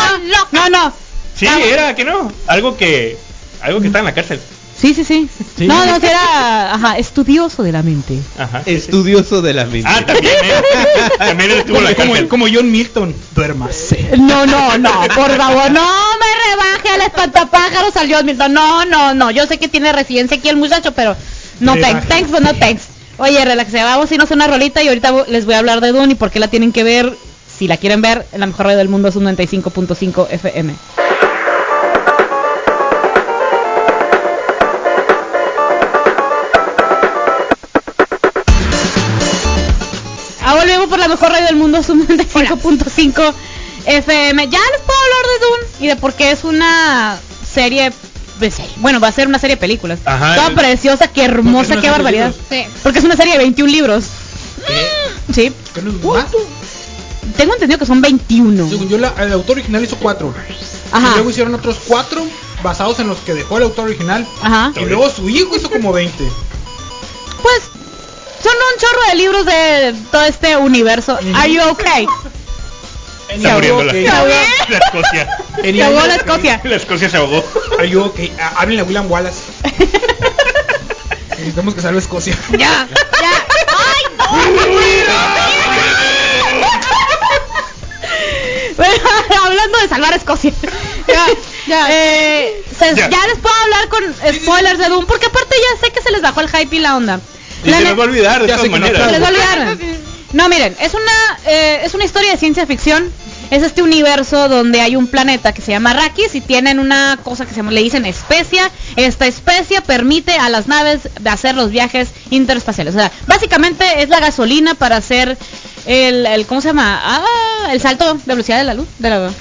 A: no, no.
B: Sí, era, que no. Algo que. Algo que está en la cárcel.
A: Sí, sí, sí.
C: Sí.
A: No, no, sí era ajá, estudioso de la mente.
B: Ajá.
E: Estudioso de la mente.
B: Ah, también él. también él estuvo en la
C: Como,
B: cárcel.
C: como John Milton, duérmase.
A: No, no, no, por favor, no me rebaje al espantapájaros salió Milton. No, no, no, yo sé que tiene residencia aquí el muchacho, pero no thanks,
C: Rebaje.
A: thanks, but no thanks. Oye, relaxe, vamos a irnos a una rolita y ahorita vo- les voy a hablar de Dune y por qué la tienen que ver. Si la quieren ver, en la mejor radio del mundo es un 95.5 FM. Ahora Ah, volvemos por la mejor radio del mundo, [LAUGHS] Zoom 95.5 FM. Ya les puedo hablar de Dune y de por qué es una serie, de serie. Bueno, va a ser una serie de películas.
B: Ajá.
A: Toda preciosa, qué hermosa, qué
C: una serie de
A: barbaridad.
D: Sí.
A: Porque es una serie de 21 libros. Sí.
C: ¿Qué no es más?
A: Tengo entendido que son 21.
C: Según yo, la- el autor original hizo cuatro.
A: Ajá.
C: Y luego hicieron otros cuatro basados en los que dejó el autor original.
A: Ajá.
C: Y luego su hijo hizo como 20.
A: Pues son un chorro de libros de todo este universo.
C: Ujú.
A: Are you okay?
B: Está muriendo la,
A: Ya
B: la
A: voy.
B: Escocia.
A: Se ahogó la Escocia.
B: La Escocia se ahogó.
C: Ayudó que háblenle a
A: [LAUGHS]
C: William Wallace. Necesitamos que salve Escocia.
A: Ya, ya. ¡Ay, no! Bueno, [LAUGHS] hablando de salvar a Escocia. Ya, ya. Eh, se-
B: Ya.
A: ya. les puedo hablar con spoilers de Doom, porque aparte ya sé que se les bajó el hype y la onda.
B: Y
A: La
B: se
A: ne-
B: nos va a olvidar de
C: Ya
B: todas
C: sé que no
B: maneras.
A: se les va a olvidar. No, miren, es una, eh, es una historia de ciencia ficción. Es este universo donde hay un planeta que se llama Arrakis y tienen una cosa que se llama, le dicen especia. Esta especia permite a las naves de hacer los viajes interespaciales. O sea, básicamente es la gasolina para hacer el, el ¿cómo se llama? Ah, el salto de velocidad de la luz. De la,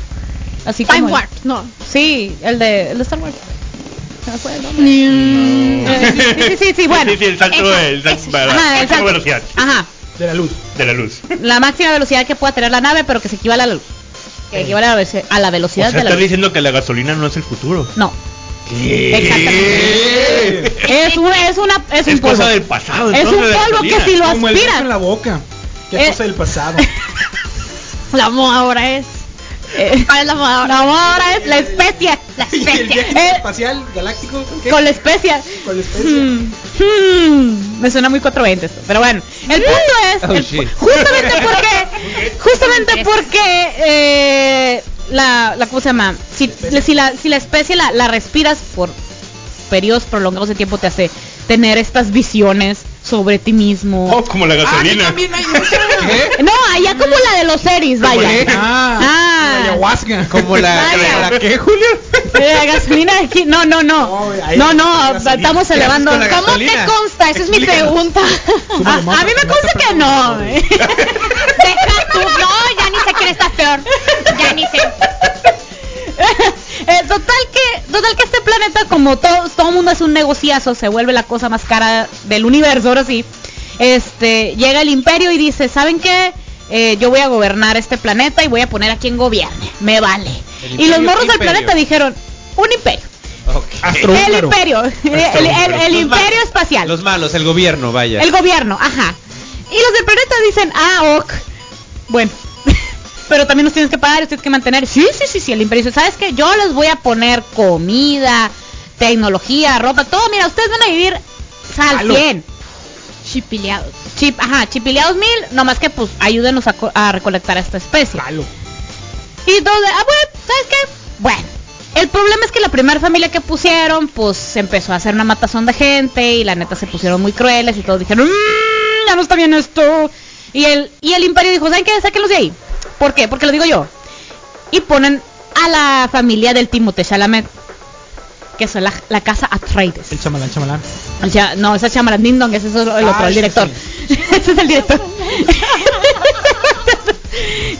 A: así
D: Time
A: como el-
D: Warp, no.
A: Sí, el de, el de Star Wars. Se me fue el nombre.
D: Mm.
A: Eh, Sí, sí, sí, sí, bueno.
B: Sí, sí, el salto,
D: Eso,
B: el salto,
D: eso.
B: para-
A: Ajá,
B: salto
A: el salto.
B: de velocidad
A: Ajá.
C: De la luz.
B: de la luz.
A: la máxima velocidad que pueda tener la nave, pero que se equivale a la, que equivale a la, veloci- a la
B: O sea,
A: velocidad de la
B: estás
A: luz.
B: diciendo que la gasolina no es el futuro.
A: No. Exactamente. Es, un- es una es un
B: Es cosa
A: polvo.
B: del pasado.
A: Es un
B: entonces, la
A: polvo que
B: gasolina.
A: si lo
C: Como el beso en la
A: aspiras.
C: boca. Qué
A: Eh.
C: cosa del pasado.
D: La moda ahora es.
A: eh,
D: ¿Cuál es la moda ahora?
A: La ahora es la especia.
D: [LAUGHS] La
C: y el
D: especie.
C: viaje
A: Eh.
C: espacial galáctico. ¿qué?
A: Con la especia.
C: Con la especia.
A: Hmm, hmm, Me suena muy 420 esto, pero bueno. El punto es,
E: Oh,
A: el-
E: shit.
A: justamente porque, justamente porque eh, la, la, ¿cómo se llama? Si,
C: Especie.
A: si la, si la especie la, la respiras por periodos prolongados de tiempo te hace tener estas visiones sobre ti mismo.
B: Oh, como
C: Ah,
B: la gasolina.
A: [LAUGHS] No, allá como la de los series, vaya.
C: Ah,
A: Ah.
C: la ayahuasca.
E: Como la,
A: Vaya.
E: la que Julio.
A: Eh, la gasolina de aquí, no, no, no.
C: No, ahí
A: No,
C: es la
A: no,
C: gasolina.
A: estamos elevando.
E: con la
A: ¿Cómo
E: gasolina?
A: te consta? Esa es mi
E: Explícanos.
A: pregunta.
C: Súbele
A: A,
C: más,
A: a mí me
C: porque me
A: consta
C: está
A: que no. eh.
C: preguntando.
D: Deja tú, no, ya ni sé quién está peor. Ya ni sé.
A: Eh, total que total que este planeta como todo todo mundo hace un negociazo se vuelve la cosa más cara del universo ahora sí este llega el imperio y dice saben qué Eh, yo voy a gobernar este planeta y voy a poner a quien gobierne me vale
E: El
A: y los
E: imperio,
A: morros
E: ¿qué
A: del
E: imperio?
A: planeta dijeron un imperio
E: Ah,
A: el
C: Astrohúngaro.
A: imperio [LAUGHS] el, el- el- el
E: Los
A: imperio
E: malos.
A: espacial
E: Los malos, el gobierno, vaya.
A: el gobierno, ajá. Y los del planeta dicen, ah, ok. Bueno. [LAUGHS] Pero también los tienes que pagar, los tienes que mantener. Sí, sí, sí, sí, el imperio. dice, ¿Sabes qué? Yo les voy a poner comida, tecnología, ropa, todo. Mira, ustedes van a vivir al
C: Halo.
A: 100.
D: Chipileados.
A: Chip, ajá, chipileados mil. Nomás que pues ayúdenos a, co- a recolectar a esta especie.
C: Claro.
A: Y donde, ah, bueno, ¿sabes qué? Bueno, el problema es que la primera familia que pusieron, pues se empezó a hacer una matazón de gente y la neta se pusieron muy crueles y todos dijeron, "Mm, ya no está bien esto. Y el, y el imperio dijo, ¿saben qué? Sáquenlos de ahí. ¿Por qué? Porque lo digo yo. Y ponen a la familia del Timote Chalamet. que son la, la casa Atreides.
C: [LAUGHS] El chamalán, chamalán.
A: O sea, no, esa es Shyamalan Ding Dong, ese es el otro, el
C: Ah, ese
A: director. [LAUGHS] ese es el director.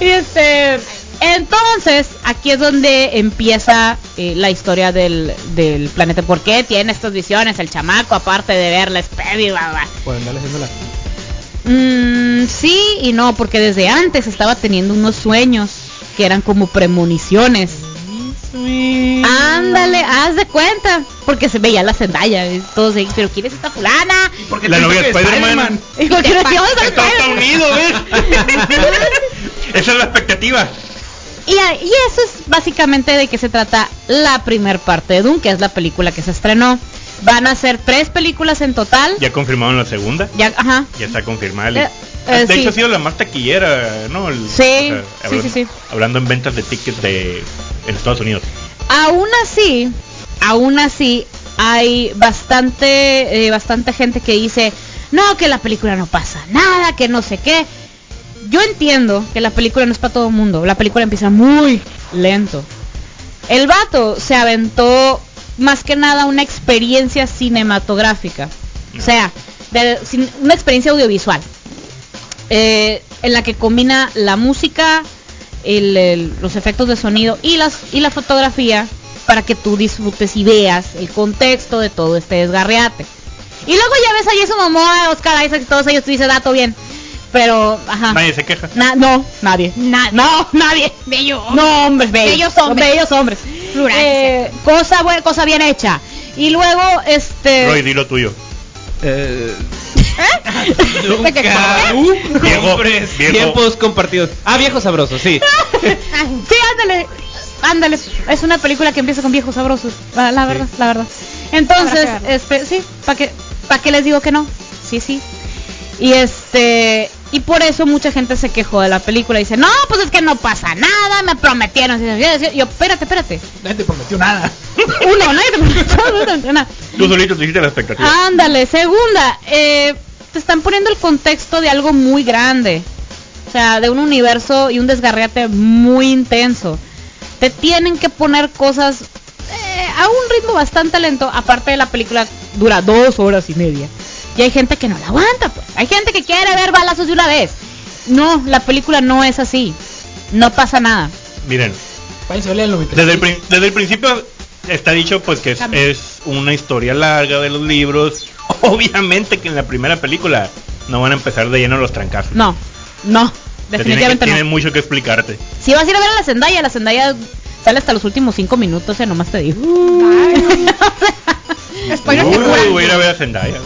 A: y este, entonces, aquí es donde empieza eh, la historia del, del planeta. ¿Por qué tiene estas visiones el chamaco, aparte de ver la especie, bla, bla,
C: Bueno, andale haciéndola.
A: bla? Mm, sí y no, porque desde antes estaba teniendo unos sueños que eran como premoniciones. Mm. Ándale, haz de cuenta, porque se veía la Zendaya, y todos ahí, pero ¿quién es esta fulana?
C: Porque
B: La
C: te
B: novia
C: dije
B: de
C: que
B: Spider-Man.
A: Y cualquiera
D: pa-
A: decía, "Ay, dale,
B: Todo está
A: dale".
B: unido, ¿ves? Esa es la expectativa.
A: [LAUGHS] Y, a- y eso es básicamente de qué se trata la primer parte de Doom, que es la película que se estrenó. Van a ser tres películas en total.
B: Ya confirmaron la segunda.
A: Ya, ajá.
B: Ya está confirmada. Lili.
A: Eh, eh,
B: de
A: sí.
B: hecho ha sido la más taquillera, ¿no? El-
A: Sí, sí,
B: hablando,
A: sí, sí.
B: Hablando en ventas de tickets de en Estados Unidos.
A: Aún así, aún así, hay bastante, eh, bastante gente que dice, no, que la película no pasa nada, que no sé qué. Yo entiendo que la película no es para todo el mundo. La película empieza muy lento. El vato se aventó más que nada una experiencia cinematográfica. O sea, de- sin- una experiencia audiovisual. eh, en la que combina la música, el- el- los efectos de sonido y, las, y la fotografía para que tú disfrutes y veas el contexto de todo este desgarriate. Y luego ya ves a Jason Momoa, Oscar Isaac y todos ellos, tú dices, dato bien. Pero, ajá.
B: Nadie se queja.
A: Na- no, nadie. no, nadie.
D: Bello.
A: No, hombres bellos.
D: Bellos hombres.
A: Bellos hombres.
D: Plurales,
A: Eh, cosa buena, cosa bien hecha. Y luego, este.
B: Roy, di lo tuyo.
A: [LAUGHS]
E: Eh,
A: ¿Te quejaste?
B: Viejo,
E: Hombres,
B: viejo.
E: tiempos compartidos. Ah, viejo sabroso, sí.
A: Sí, ándale. Ándale. Es una película que empieza con viejos sabrosos. Ah, La, la verdad, la verdad. Entonces,
D: Habrá que verla.
A: este, sí, ¿para qué, pa' qué les digo que no? Sí, sí. Y este. Y por eso mucha gente se quejó de la película. Dice, no, pues es que no pasa nada, me prometieron. Y yo, espérate, espérate.
C: Nadie te prometió nada.
A: Uno, [LAUGHS] nadie te prometió absolutamente nada.
B: Tú solito te hiciste la expectativa.
A: Ándale, segunda, eh, te están poniendo el contexto de algo muy grande. O sea, de un universo y un desgarriate muy intenso. Te tienen que poner cosas eh, a un ritmo bastante lento. Aparte de la película dura dos horas y media. Y hay gente que no la aguanta, pues. Hay gente que quiere ver balazos de una vez. No, la película no es así. No pasa nada.
B: Miren,
C: Váyanse a leerlo, mi
B: desde el, prin- desde el principio está dicho pues que es,
A: Cambia.
B: es una historia larga de los libros. [LAUGHS] Obviamente que en la primera película no van a empezar de lleno los trancazos.
A: No, no,
B: Te tienen que-
A: definitivamente no.
B: tienen mucho que explicarte.
A: Si vas a ir a ver a la Zendaya, la Zendaya sale hasta los últimos cinco minutos, eh, nomás te digo. [LAUGHS]
D: Spoiler
B: Uy,
D: seguro.
B: voy a ir a ver a Zendaya.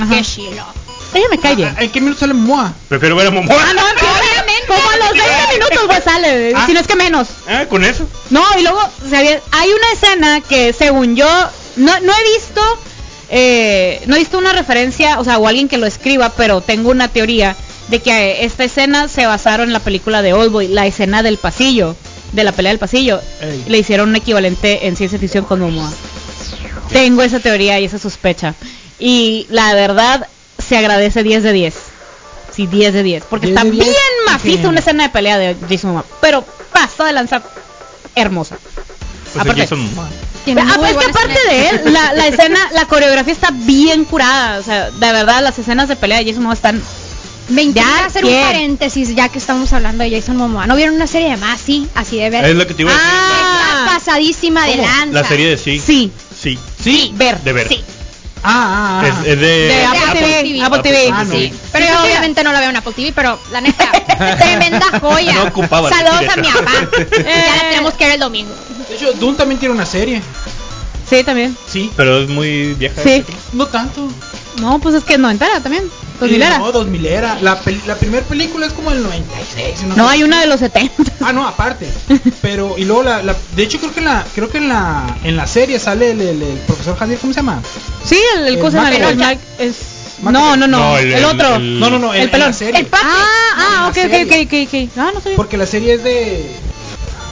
A: Ajá.
D: Qué chilo.
A: Ella me cae bien.
C: ¿En qué minuto sale Moa?
B: Prefiero ver a Momoa.
A: Ah, no, obviamente. Como a los 20 minutos pues sale,
B: Ah.
A: si no es que menos.
B: Ah, con eso.
A: No, y luego o sea, bien, hay una escena que según yo no, no he visto, eh, no he visto una referencia, o sea, o alguien que lo escriba, pero tengo una teoría de que eh, esta escena se basaron en la película de Oldboy, la escena del pasillo, de la pelea del pasillo,
C: Ey.
A: y le hicieron un equivalente en ciencia ficción con Momoa. Tengo esa teoría y esa sospecha. Y la verdad se agradece 10 de 10. Sí, 10 de 10. Porque
C: 10
A: está
C: de 10,
A: bien maciza
C: ok.
A: una escena de pelea de Jason Momoa. Pero pasa de lanza hermosa.
B: Pues
A: Aparte-
B: aquí son Momoa.
D: Tiene
A: Ah,
D: muy
A: pues que
D: buena
A: aparte
D: escena.
A: de él, la, la escena, la coreografía está bien curada. O sea, de verdad, las escenas de pelea de Jason Momoa están...
D: Me interesa
A: Ya,
D: hacer un
A: ¿quién?
D: paréntesis ya que estamos hablando de Jason Momoa. ¿No vieron una serie de más? Sí, así de ver.
B: Es lo que te iba a decir.
A: Ah,
D: Está pasadísima de lanza.
B: La serie de sí.
A: Sí, sí,
B: Sí.
A: ver.
B: De ver.
D: Sí.
C: Ah, ah, ah.
B: Es, es de,
A: De Apple,
D: Apple
A: TV,
D: TV.
A: Apple TV,
C: Ah, no.
A: sí.
D: Pero
A: Sí,
D: yo
A: sí, sí.
D: obviamente no la veo en Apple TV, pero la neta,
B: [LAUGHS]
D: tremenda joya.
B: No ocupaba la
D: Saludos a mi
B: tira. [LAUGHS]
D: papá. ya la
A: Eh.
D: tenemos que ver el domingo.
C: De hecho, Doom también tiene una serie.
A: Sí, también.
C: Sí.
B: Pero es muy vieja.
A: Sí.
C: No tanto.
A: No, pues es que no entera también. pues, Dos milera.
C: No, 2000 era. La, peli- la primera película es como el 96.
A: No,
C: cosa
A: hay una de los 70.
C: Ah, no, aparte. Pero, y luego la, la- de hecho creo que en la, creo que en la, en la serie sale el, el- el profesor Javier, ¿cómo se llama?
A: [LAUGHS] Sí, el, el
C: El
A: cosa
C: Mac-
A: el- el
C: el-
A: Mac- es-
C: Mac-
A: No, no, no,
B: No,
A: el,
B: el-
A: otro.
B: el-
C: No, no, no, en-
A: el
C: en
A: pelón.
C: la serie.
A: El pato. Ah, ah,
C: No,
A: ok,
C: en la
A: ok, ok, ok. Ah, no sabía.
C: Porque la serie es de,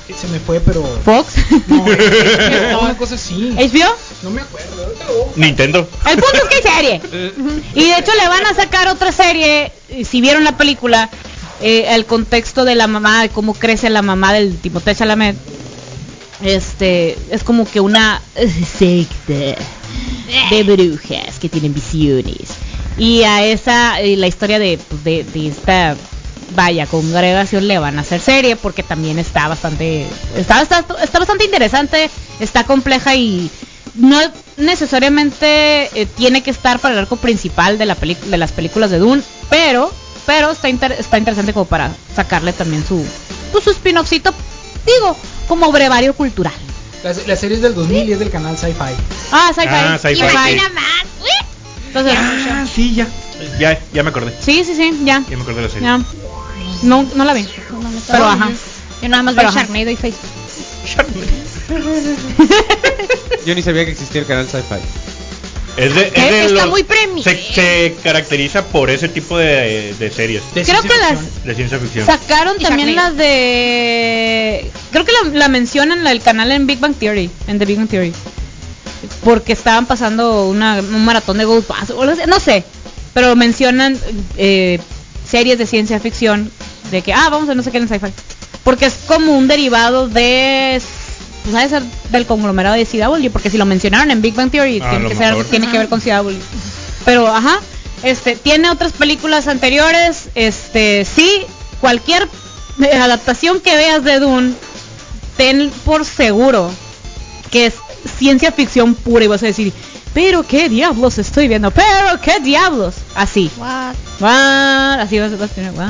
C: ay, se me fue, pero
A: Fox. [LAUGHS]
C: no, es- es una cosa así.
A: ¿HBO?
C: No me acuerdo. ahorita lo busco.
B: Nintendo.
A: El punto es que hay serie. Y de hecho le van a sacar otra serie, y si vieron la película, eh, el contexto de la mamá, de cómo crece la mamá del Timothée Chalamet. Este, es como que una eh, secta de brujas que tienen visiones. Y a esa, eh, la historia de, pues, de, de esta, vaya, congregación le van a hacer serie porque también está bastante, está, está, está bastante interesante, está compleja y no necesariamente eh, tiene que estar para el arco principal de, la pelic- de las películas de Dune, pero, pero está, inter- está interesante como para sacarle también su, pues, su spin-offcito, digo, como brevario cultural.
C: La, se- la serie es del 2000 y es del canal Sci-Fi.
A: Ah, sci-fi.
B: Ah, sci-fi.
D: Imagina más.
A: Entonces,
B: Ah, sí, ya. Ya, ya me acordé.
A: sí, sí, sí, ya.
B: Ya me acordé de la serie.
A: ya. No, no la vi. Pero ajá.
D: Yo nada más
A: Pero
D: veo
A: ajá.
D: Sharknado y Facebook.
E: Yo ni sabía que existía el canal Sci-Fi.
B: Es de, es
A: Eh,
D: ¿Qué?
B: de
D: Está
B: los-
D: muy premium.
B: se, se caracteriza por ese tipo de, de series
C: De
A: Creo que
C: ciencia
A: las
C: ficción.
B: de ciencia ficción.
A: sacaron
D: Y
A: también
D: Sharknado.
A: las de... Creo que la, la mencionan la del canal en Big Bang Theory, en The Big Bang Theory. Porque estaban pasando una, un maratón de Ghostbusters, o no sé- no sé. Pero mencionan eh, series de ciencia ficción de que, ah, vamos a no sé qué en sci-fi. Porque es como un derivado de... Pues ha de ser del conglomerado de CW, porque si lo mencionaron en Big Bang Theory,
B: Ah, a
A: tiene,
B: lo
A: que ser,
B: mejor.
A: tiene que ver con CW. Pero, ajá, este, tiene otras películas anteriores, este, sí, cualquier eh, adaptación que veas de Dune, ten por seguro que es ciencia ficción pura y vas a decir, pero qué diablos estoy viendo, pero qué diablos. Así.
D: What?
A: Guau, así vas, vas a tener guau.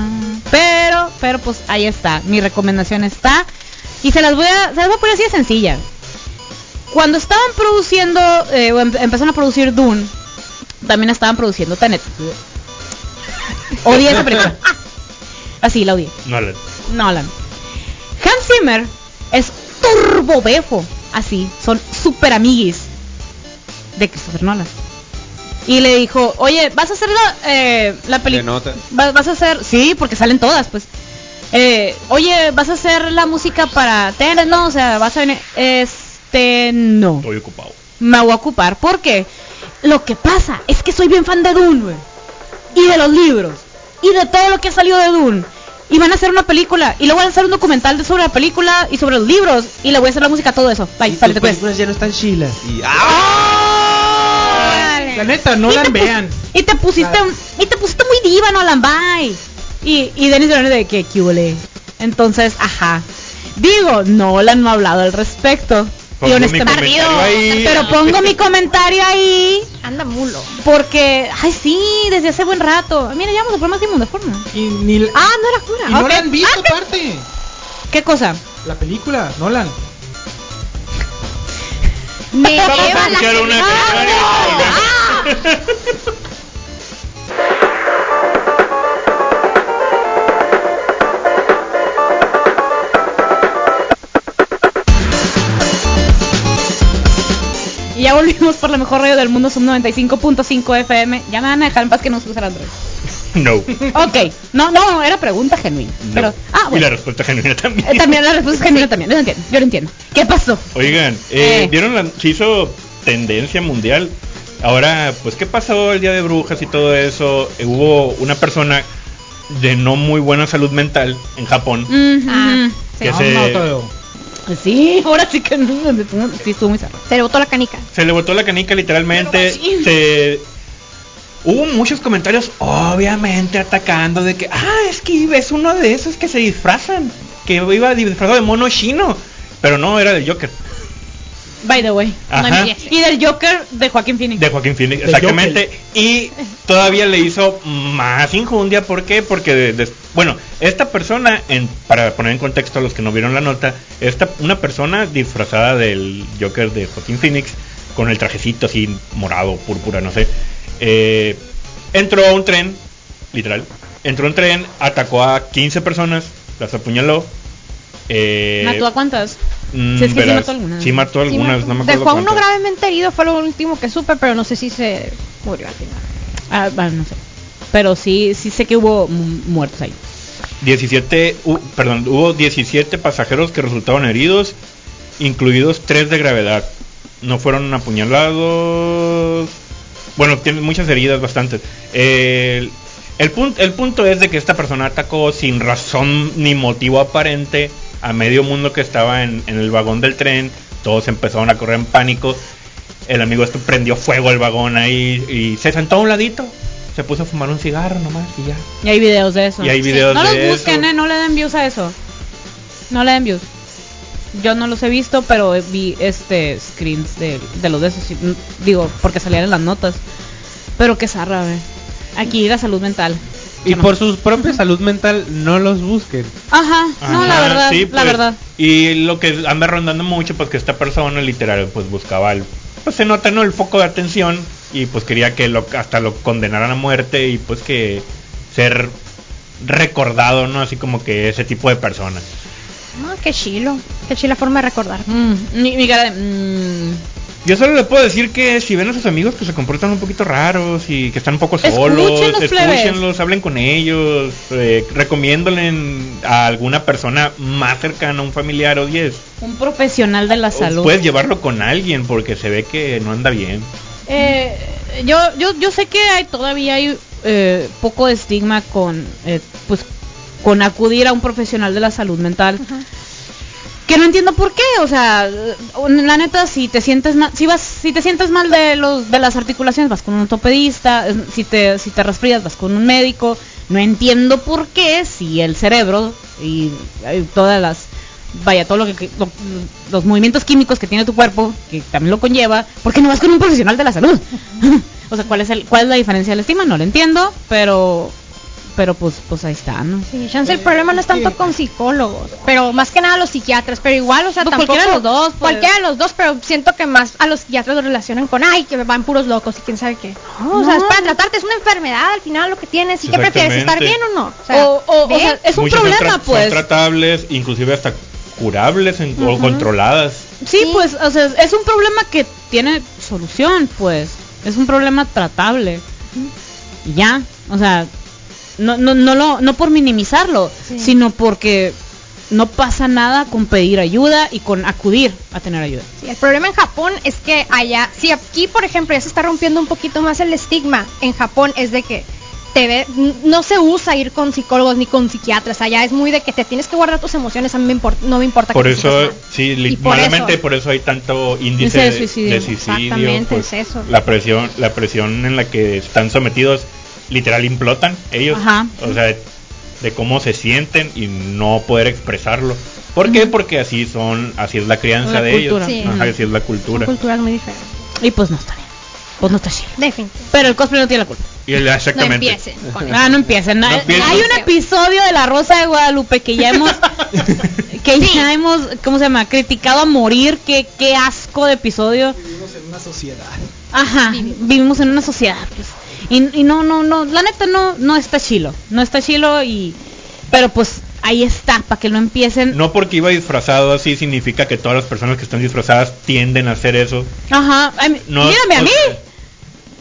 A: Pero, pero pues ahí está. Mi recomendación está. Y se las voy a, se las voy a poner así de sencilla. Cuando estaban produciendo, eh, o em- empezaron a producir Dune, también estaban produciendo Tenet. Odié esa película. Así, la odié.
B: No, la-
A: Nolan. Hans Zimmer es turbobefo. Así, son super amiguis de Christopher Nolan. Y le dijo, oye, vas a hacer la, eh, la
E: De
A: película.
E: nota.
A: Va- vas a hacer, sí, porque salen todas, pues. Eh, oye, vas a hacer la música para Tenet, no, o sea, vas a venir, este, no
B: estoy ocupado.
A: me voy a ocupar porque lo que pasa es que soy bien fan de Dune, güey. Y de los libros. Y de todo lo que ha salido de Dune. Y van a hacer una película. Y luego van a hacer un documental de- sobre la película y sobre los libros. Y le voy a hacer la música a todo eso. Bye, sálite, pues.
C: ya no están chilas.
E: Y ¡ah!
A: [LAUGHS]
C: La neta, no
A: Y te
C: la
A: pu-
C: vean.
A: Y te pusiste,
C: Claro.
A: y te pusiste muy diva, Nolan, bye. Y, y Denis Villeneuve de que ¿qué huele? Entonces, ajá. Digo, Nolan no ha hablado al respecto. y
B: Pongo mi
A: honestamente,
B: comentario ahí.
A: pero pongo mi comentario ahí
D: Anda mulo.
A: porque, ay sí, desde hace buen rato. Mira, ya vamos a poner más de forma.
C: Y [LAUGHS] ni la-
A: Ah, no era cura.
C: y no la han visto aparte.
A: ¿Qué cosa?
C: La película, Nolan.
D: [LAUGHS] Me
B: Vamos a
D: lleva la
B: escuchar una
D: película.
B: ¡Ah, no!
A: Y [LAUGHS] ya volvimos por la mejor radio del mundo, sub 95.5 FM. Ya me van a dejar en paz que no se usar Android.
B: No.
A: ok, no, no, era pregunta genuina. [LAUGHS] Pero,
B: No.
A: ah,
B: Y la
A: bueno.
B: respuesta genuina también.
A: [LAUGHS] Eh, también la respuesta es genuina también. Yo lo entiendo, yo lo entiendo. ¿Qué pasó?
B: Oigan, eh,
A: Eh.
B: ¿vieron la, se hizo tendencia mundial? Ahora, pues, ¿qué pasó el Día de Brujas y todo eso? Eh, hubo una persona de no muy buena salud mental en Japón.
A: Mm,
D: Ah.
A: mm.
B: Que
C: No,
B: se-
C: no, todo.
A: pues Sí, [LAUGHS] ahora sí que no, no, no, sí estuvo muy cerrado.
D: Se le botó la canica.
B: Se le botó la canica literalmente.
A: Pero
B: Se... Hubo muchos comentarios, obviamente, atacando de que, ah, es que es uno de esos que se disfrazan. Que iba disfrazado de mono chino. Pero no, era del Joker.
A: By the way.
B: Ajá.
A: No, mire. y del Joker de Joaquín Phoenix.
B: De Joaquín Phoenix,
C: De
B: exactamente. Y todavía le hizo más injundia. ¿Por qué? Porque, de- de- bueno, esta persona, en, para poner en contexto a los que no vieron la nota, esta, una persona disfrazada del Joker de Joaquín Phoenix, con el trajecito así morado, púrpura, no sé, eh, entró a un tren, literal, entró a un tren, atacó a 15 personas, las apuñaló. eh,
A: ¿Mató Ah, a cuántas?
B: mm,
A: Si es que sí
B: verás,
A: mató algunas.
B: sí mató
D: Sí,
B: algunas,
D: mató.
B: no me acuerdo
D: Dejó a uno
B: cuántas.
D: gravemente herido, fue lo último que supe, pero no sé si se murió al final.
A: Ah, bueno, no sé. Pero sí, sí sé que hubo mu- muertos ahí.
B: 17, hu- perdón, hubo 17 pasajeros que resultaron heridos, incluidos 3 de gravedad. No fueron apuñalados. Bueno, tienen muchas heridas, bastantes. El, el, pun- el punto es de que esta persona atacó sin razón ni motivo aparente a medio mundo que estaba en, en el vagón del tren. Todos empezaron a correr en pánico. El amigo este prendió fuego al vagón ahí y se sentó a un ladito. Se puso a fumar un cigarro nomás y ya.
A: Y hay videos de eso.
B: Y hay videos
A: no
B: de
A: los busquen,
B: eso.
A: eh, no le den views a eso. No le den views. Yo no los he visto, pero vi este screens de, de los de esos. y, mm, Digo, porque salían en las notas. Pero qué zarra, güey. Aquí la salud mental.
E: Y
A: Que no.
E: por su propia salud mental, no los busquen.
A: Ajá, no, la
B: Ajá,
A: verdad,
B: sí,
A: la
B: pues,
A: verdad.
B: Y lo que anda rondando mucho, pues que esta persona literal, pues buscaba, el- pues se nota, ¿no? El foco de atención y pues quería que lo, hasta lo condenaran a muerte y pues que ser recordado, ¿no? Así como que ese tipo de personas.
D: No, qué chilo. Qué chila forma de recordar.
A: Mm, mi, mi cara de... mm,
B: Yo solo le puedo decir que si ven a sus amigos que se comportan un poquito raros y que están un poco solos,
A: Escúchenlos, plebes.
B: escúchenlos, hablen con ellos, eh, recomiéndoles a alguna persona más cercana, un familiar o diez.
A: un profesional de la salud.
B: Puedes llevarlo con alguien porque se ve que no anda bien.
A: Eh, yo, yo, yo sé que hay, todavía hay eh, poco de estigma con, eh, pues, con acudir a un profesional de la salud mental. Que no entiendo por qué, o sea, eh, la neta, si te sientes mal, si vas, si te sientes mal de los, de las articulaciones, vas con un ortopedista, eh, si te, si te resfrías, vas con un médico. No entiendo por qué, si el cerebro y, eh, todas las, vaya, todo lo que- que, lo- los movimientos químicos que tiene tu cuerpo, que también lo conlleva, ¿por qué no vas con un profesional de la salud? [LAUGHS] o sea, ¿cuál es el, cuál es la diferencia del estigma? No lo entiendo, pero, pero pues, pues ahí está, ¿no?
D: Sí, chance el problema no es tanto con psicólogos, pero más que nada los psiquiatras, pero igual, o sea,
A: Pues
D: tampoco
A: cualquiera de los dos, pues.
D: cualquiera de los dos, pero siento que más a los psiquiatras los relacionan con, ay, que van puros locos y quién sabe qué. No, o sea, es para tratarte, es una enfermedad al final lo que tienes y qué prefieres, estar bien
B: Exactamente.
D: o no. O sea,
A: O- o- o
D: ve,
A: sea, es un
B: Muchas son tra-
A: problema,
B: son,
A: pues.
B: tratables, inclusive hasta curables en- o controladas.
A: Sí, pues, o sea, es un problema que tiene solución, pues. Es un problema tratable. Y ya, o sea, no, no, no, lo, no por minimizarlo,
D: Sí.
A: sino porque no pasa nada con pedir ayuda y con acudir a tener ayuda.
D: Sí, el problema en Japón es que allá, si aquí por ejemplo ya se está rompiendo un poquito más el estigma, en Japón es de que te ve, n- no se usa ir con psicólogos ni con psiquiatras, allá es muy de que te tienes que guardar tus emociones, a mí me import- no me importa.
B: Por
D: que te
B: eso,
D: sientas mal.
B: sí,
D: Y
B: li-
D: por
B: malamente
D: eso-
B: por eso hay tanto
A: Índice
B: índice
A: de
B: de
A: suicidio.
B: suicidio. De suicidio pues,
D: Exactamente, es eso.
B: La presión, la presión en la que están sometidos, literal implotan ellos.
A: Ajá.
B: O sea, de cómo se sienten y no poder expresarlo. ¿Por qué? Porque así son, así es la crianza
A: La
B: de
A: cultura.
B: ellos.
D: Sí.
B: Ajá, así es la
D: Son
B: cultura.
D: culturas muy diferentes.
A: Y pues no está bien. Pues no está chido.
D: Definitivamente.
A: Pero el cosplay no tiene la culpa.
B: Y el-
D: No
B: exactamente.
D: empiecen con eso.
A: Ah, no empiecen.
B: No
A: Hay-
B: empiecen.
A: Hay un episodio de La Rosa de Guadalupe que ya
B: [LAUGHS]
A: hemos, que ya hemos, ¿cómo se llama? Criticado a morir. Qué, qué asco de episodio.
C: Vivimos en una sociedad.
A: Ajá, vivimos en una sociedad, pues. Y, y no, no, no, la neta no, no está chilo. No está chilo y. Pero pues ahí está, para que no empiecen.
B: No porque iba disfrazado así significa que todas las personas que están disfrazadas tienden a hacer eso.
A: Ajá, ay, mi-
B: No,
A: mírame a
B: o
A: mí.
B: sea-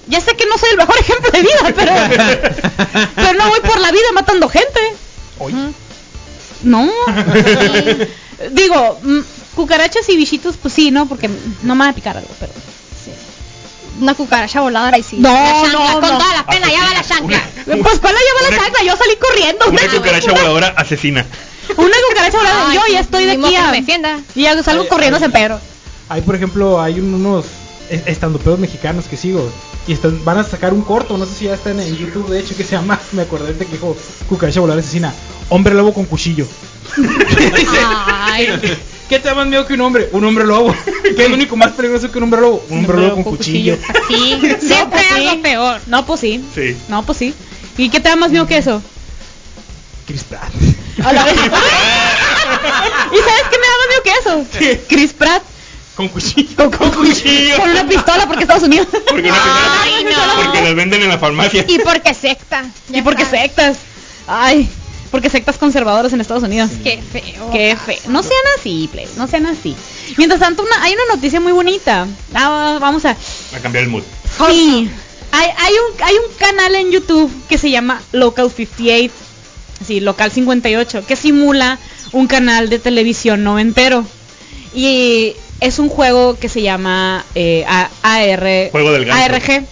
A: Ya sé que no soy el mejor [LAUGHS] ejemplo de vida,
B: [LAUGHS]
A: pero. pero no voy por la vida matando gente. Ujú.
B: [LAUGHS]
A: No. Digo, mm, cucarachas y bichitos, pues sí, ¿no? Porque no me van a picar algo, pero.
D: Una cucaracha voladora y sí.
A: No,
D: La chancla,
A: no,
D: con
A: no.
D: toda la pena, ya va la chancla.
A: Pues cuál la lleva la
B: Una-
A: salsa, yo salí corriendo.
B: Una
A: güey.
B: cucaracha voladora asesina.
A: Una cucaracha volada.
D: Ay,
A: yo
D: sí,
A: ya estoy de
D: ni modo
A: aquí
D: que
A: a...
D: me defienda.
A: Y ya salgo
C: Ay,
A: corriendo a
C: ay.
A: San Pedro.
C: Hay, por ejemplo, hay un- unos es- estandopeos mexicanos que sigo y están, van a sacar un corto, no sé si ya están en YouTube, de hecho, que se llama, [LAUGHS] me acordé de que dijo Cucaracha Voladora Asesina, Hombre Lobo con [LAUGHS] Cuchillo.
D: Ay,
A: [LAUGHS]
C: ¿Qué te da más miedo que un hombre? Un hombre lobo. [LAUGHS] ¿Qué es lo único más peligroso que un hombre lobo? Un hombre lobo con cuchillo.
D: [LAUGHS] sí.
A: No,
D: Siempre
A: pues
D: algo
A: sí.
D: peor.
A: No, pues sí.
B: Sí.
A: No, pues sí. ¿Y qué te da más miedo que eso?
C: Chris Pratt.
A: A [LAUGHS] la vez. ¿Y sabes qué me da más miedo que eso? Chris Pratt
B: Con cuchillo. Con, cuchillo.
A: con una pistola porque Estados Unidos.
B: Porque, una pistola-
D: Ay, no.
B: porque las venden en la farmacia.
D: Y porque secta.
A: y porque
D: secta.
A: sectas. Ay, porque sectas conservadoras en Estados Unidos.
D: Qué feo.
A: Qué fe. No sean así, plebes, no sean así. Mientras tanto, una- hay una noticia muy bonita. Ah, vamos a...
B: A cambiar el mood.
A: Sí. Hay, hay un, hay un canal en YouTube que se llama Local 58, sí, Local 58, que simula un canal de televisión noventero. Y es un juego que se llama eh, A- AR,
B: Juego del ganso.
A: ARG.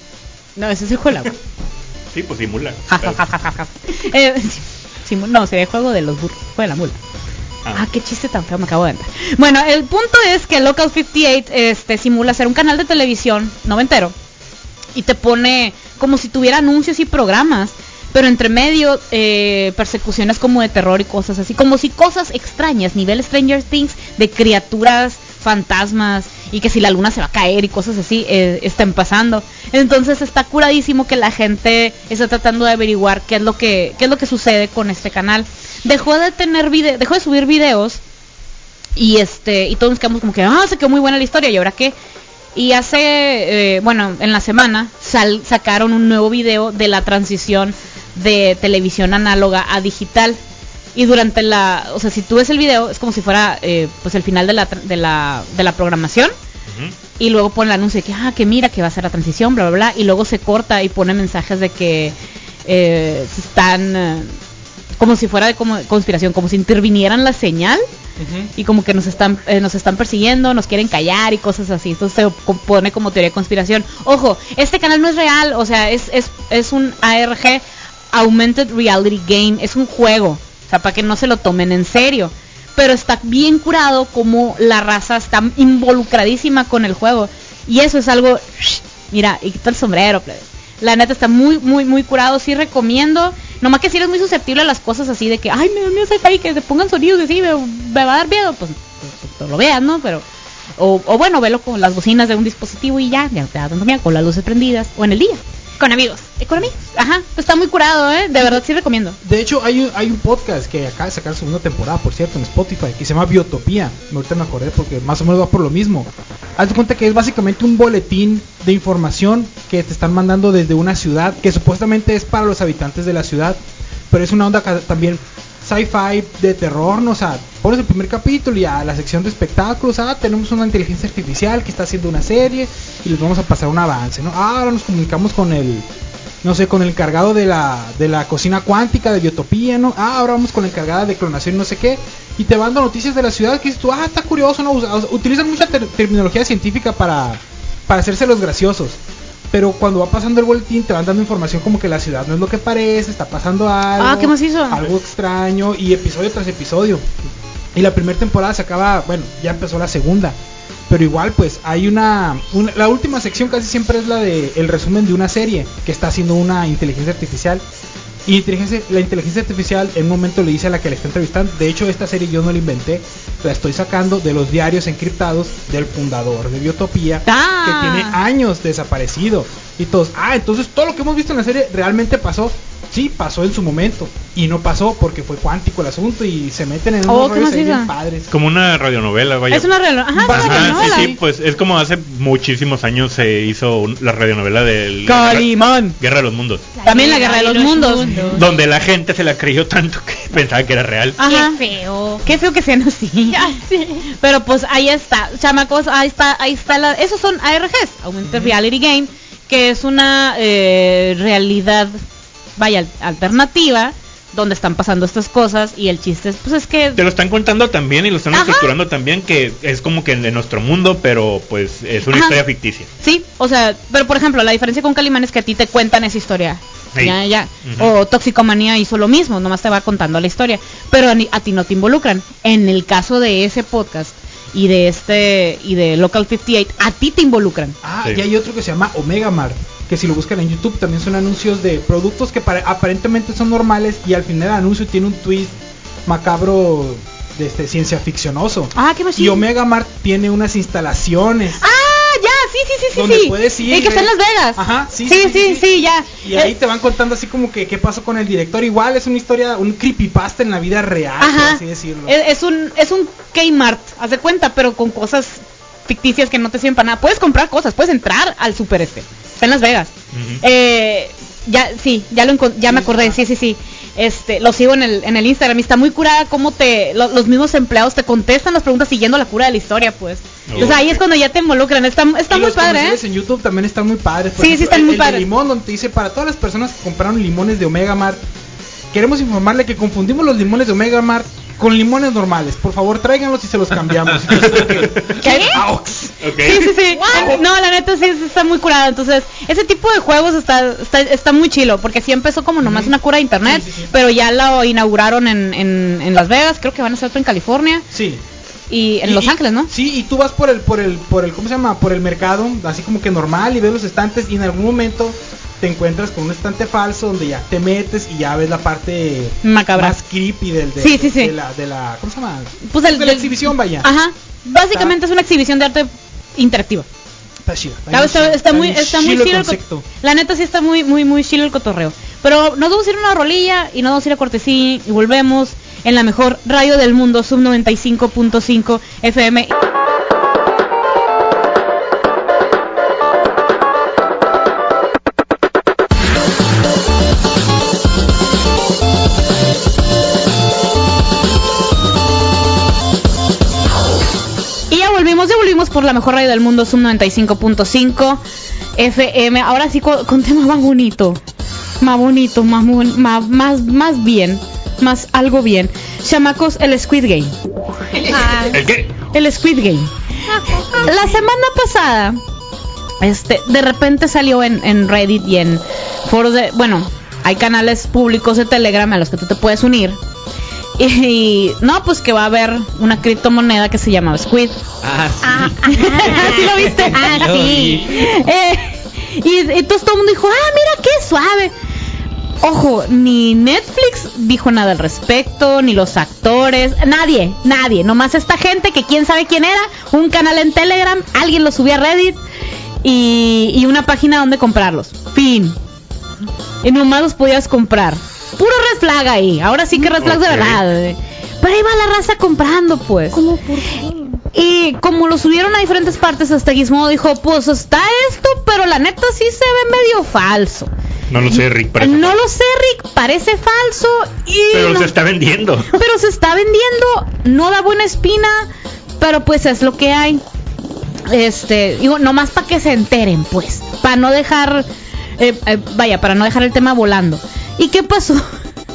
A: No, ese es el juego del
B: [LAUGHS]
A: agua.
B: Sí, pues simula.
A: [LAUGHS] Ja, ja, ja, ja, ja, ja. Eh, sí, sí, no, sería el juego de los burros, juego de la mula. Ah, qué chiste tan feo me acabo de entrar. Bueno, el punto es que Local 58 este, simula ser un canal de televisión noventero y te pone como si tuviera anuncios y programas, pero entre medio eh, persecuciones como de terror y cosas así, como si cosas extrañas, nivel Stranger Things de criaturas, fantasmas y que si la luna se va a caer y cosas así eh, están pasando. Entonces está curadísimo que la gente está tratando de averiguar qué es lo que qué es lo que sucede con este canal. Dejó de tener vide- dejó de subir videos y este y todos nos quedamos como que ah se quedó muy buena la historia y ahora qué y hace eh, bueno en la semana sal- sacaron un nuevo video de la transición de televisión análoga a digital y durante la o sea si tú ves el video es como si fuera eh, pues el final de la, tra- de la de la programación
B: Ujú.
A: y luego pone el anuncio de que, ah, que mira, que va a ser la transición, bla, bla, bla. Y luego se corta y pone mensajes de que eh, se están eh, como si fuera de como- conspiración, como si intervinieran la señal y como que nos están, eh, nos están persiguiendo, nos quieren callar y cosas así. Entonces se co- pone como teoría de conspiración. Ojo, este canal no es real, o sea, es, es, es un ARG, Augmented Reality Game, es un juego. O sea, para que no se lo tomen en serio pero está bien curado como la raza está involucradísima con el juego. Y eso es algo, mira, y quita el sombrero, plebe. La neta está muy, muy, muy curado, sí recomiendo. Nomás que si eres muy susceptible a las cosas así de que, ay, me da miedo sci-fi, que te pongan sonidos y así, me, me va a dar miedo, pues, pues, pues, no lo veas, ¿no? Pero, o, o bueno, velo con las bocinas de un dispositivo y ya, ya no te da tanto miedo, con las luces prendidas, o en el día. Con amigos. Con amigos, ajá. Pues está muy curado, ¿eh? De verdad sí recomiendo.
C: De hecho, hay un, hay un podcast que acaba de sacar su segunda temporada, por cierto, en Spotify, que se llama Biotopía. Me ahorita me acordé porque más o menos va por lo mismo. Haz de cuenta que es básicamente un boletín de información que te están mandando desde una ciudad, que supuestamente es para los habitantes de la ciudad, pero es una onda ca- también sci-fi de terror, ¿no? o sea, pones el primer capítulo y a la sección de espectáculos, ah, tenemos una inteligencia artificial que está haciendo una serie y les vamos a pasar un avance, ¿no? Ah, ahora nos comunicamos con el no sé, con el encargado de la, de la cocina cuántica, de biotopía, ¿no? Ah, ahora vamos con la encargada de clonación, no sé qué. Y te mando noticias de la ciudad que dices tú, ah, está curioso, ¿no? Usa- usa- utilizan mucha ter- terminología científica para, para hacerse los graciosos. Pero cuando va pasando el boletín te van dando información como que la ciudad no es lo que parece, está pasando algo.
A: Ah, ¿qué más hizo?
C: Algo extraño y episodio tras episodio. Y la primera temporada se acaba, bueno, ya empezó la segunda. Pero igual, pues hay una, una- La última sección casi siempre es la de el resumen de una serie que está haciendo una inteligencia artificial. Y inteligencia- la inteligencia artificial en un momento le dice a la que le está entrevistando. De hecho, esta serie yo no la inventé. La estoy sacando de los diarios encriptados del fundador de Biotopía.
A: Ah.
C: Que tiene años desaparecido. Y todos, ah, entonces todo lo que hemos visto en la serie realmente pasó. Sí, pasó en su momento. Y no pasó porque fue cuántico el asunto y se meten en
A: Oh,
C: unos
A: qué
C: rollos ahí
A: maciza.
C: bien padres.
B: Como una radionovela, vaya.
A: Es una relo- ajá, es una
C: Ajá,
B: Ajá, sí,
A: telenovela.
B: sí, pues es como hace muchísimos años se hizo un- la radionovela del
A: Calimán.
B: Guerra de los Mundos,
A: También la guerra de los mundos.
B: donde la gente se la creyó tanto que [LAUGHS] pensaba que era real.
A: Ajá. Ah,
D: Qué feo.
A: Qué feo que sean así. Pero pues ahí está, chamacos, ahí está, ahí está la... Esos son ARGs, Augmented Reality Game, que es una eh, realidad, vaya, al- alternativa, donde están pasando estas cosas y el chiste es, pues es que...
B: Te lo están contando también y lo están
A: Ajá.
B: estructurando también que es como que de nuestro mundo, pero pues es una
A: Ajá.
B: historia ficticia.
A: Sí, o sea, pero por ejemplo, la diferencia con Calimán es que a ti te cuentan esa historia.
B: Sí.
A: Ya, ya.
B: Ujú.
A: O Toxicomanía hizo lo mismo, nomás te va contando la historia. Pero a, ni- a ti no te involucran. En el caso de ese podcast y de este y de Local 58, a ti te involucran.
C: Ah,
B: Sí.
C: y hay otro que se llama Omega Mart, que si lo buscan en YouTube también son anuncios de productos que para- aparentemente son normales y al final el anuncio tiene un twist macabro de este, ciencia ficcionoso.
A: Ah, qué
C: y
A: machín.
C: Omega Mart tiene unas instalaciones.
A: Ah, ya, sí, sí, sí, sí.
C: Donde
A: sí.
C: puedes ir,
A: El que está en
C: eh.
A: Las Vegas.
C: Ajá, sí,
A: sí,
C: sí, sí, sí.
A: ya.
C: Y ahí
A: Eh,
C: te van contando así como que qué pasó con el director. Igual es una historia, un creepypasta en la vida real, ah, por
A: Ajá. Eh,
C: así decirlo.
A: Es, es un es un Kmart, haz de cuenta, pero con cosas ficticias que no te sirven para nada. Puedes comprar cosas, puedes entrar al super este. Está en Las Vegas.
B: Ujú.
A: Eh, ya sí, ya lo encon- ya me acordé, sí, sí, sí. Este, lo sigo en el, en el Instagram y está muy curada cómo te lo- los mismos empleados te contestan las preguntas siguiendo la cura de la historia, pues.
B: Oh.
A: O sea, ahí es cuando ya te involucran. Está, está
C: Y
A: muy
C: los
A: padre, ¿eh?
C: comerciales en YouTube también están muy padres. por
A: Sí, sí están
C: el-
A: muy
C: el de
A: padres.
C: limón donde te dice para todas las personas que compraron limones de Omega Mart, queremos informarle que confundimos los limones de Omega Mart con limones normales. Por favor, tráiganlos y se los
A: [LAUGHS]
C: cambiamos. [LAUGHS]
A: ¿Qué?
C: Aux.
B: Ok.
A: Sí, sí,
C: [LAUGHS]
A: sí. No, la neta sí sí está muy curada. Entonces, ese tipo de juegos está, está, está muy chilo. Porque sí empezó como nomás una cura de internet. Pero ya lo inauguraron en, en, en Las Vegas. Creo que van a ser otro en California.
C: Sí.
A: Y en
C: Y-
A: Los
C: y-
A: Ángeles, ¿no?
C: Sí, y tú vas por el, por el, por el, ¿cómo se llama? Por el mercado, así como que normal, y ves los estantes, y en algún momento te encuentras con un estante falso donde ya te metes y ya ves la parte
A: Macabra.
C: más creepy del, del-
A: Sí, sí, sí.
C: de la, de la, ¿cómo se llama?
A: Pues
C: de la exhibición, vaya.
A: Ajá. Básicamente es una exhibición de arte interactiva.
C: Está chido.
A: Está, está- está muy, está muy
C: el
A: chido el
C: concepto.
A: co- La neta sí está muy, muy, muy chido el cotorreo. Pero nos vamos a ir a una rolilla y nos vamos a ir a cortesía y volvemos en la mejor radio del mundo, sub 95.5 FM. Y ya volvimos, ya volvimos por la mejor radio del mundo, Zoom 95.5 FM. Ahora sí, co- con, tema más bonito. Más bonito, más, mon- ma- más, más bien. Más algo bien. Chamacos, el Squid Game.
D: Ah,
B: ¿El qué?
A: El Squid Game. La semana pasada, este, de repente salió en, en Reddit y en foros de, bueno, hay canales públicos de Telegram a los que tú te puedes unir. [LAUGHS] Y, no, pues que va a haber una criptomoneda que se llama Squid.
E: Ah, sí.
D: ah, ah,
A: [LAUGHS] ¿Sí lo viste?
D: Ah,
E: Yo
D: sí.
E: vi.
A: Eh, y entonces todo el mundo dijo, ah, mira qué suave. Ojo, ni Netflix dijo nada al respecto, ni los actores, nadie, nadie, nomás esta gente que quién sabe quién era, un canal en Telegram, alguien lo subía a Reddit y, y una página donde comprarlos. Fin. Y nomás los podías comprar. Puro red flag ahí, ahora sí que red flag de
B: Ok.
A: verdad. Pero ahí va la raza comprando, pues.
D: ¿Cómo por qué?
A: Y como lo subieron a diferentes partes, hasta Gizmodo dijo, pues está esto, pero la neta sí se ve medio falso.
B: No lo sé, Rick. parece
A: no
B: falso.
A: lo sé, Rick, parece falso y
B: Pero
A: no-
B: se está vendiendo.
A: [LAUGHS] pero se está vendiendo, no da buena espina, pero pues es lo que hay. Este, digo, nomás para que se enteren, pues, para no dejar, eh, eh, vaya, para no dejar el tema volando. ¿Y qué pasó?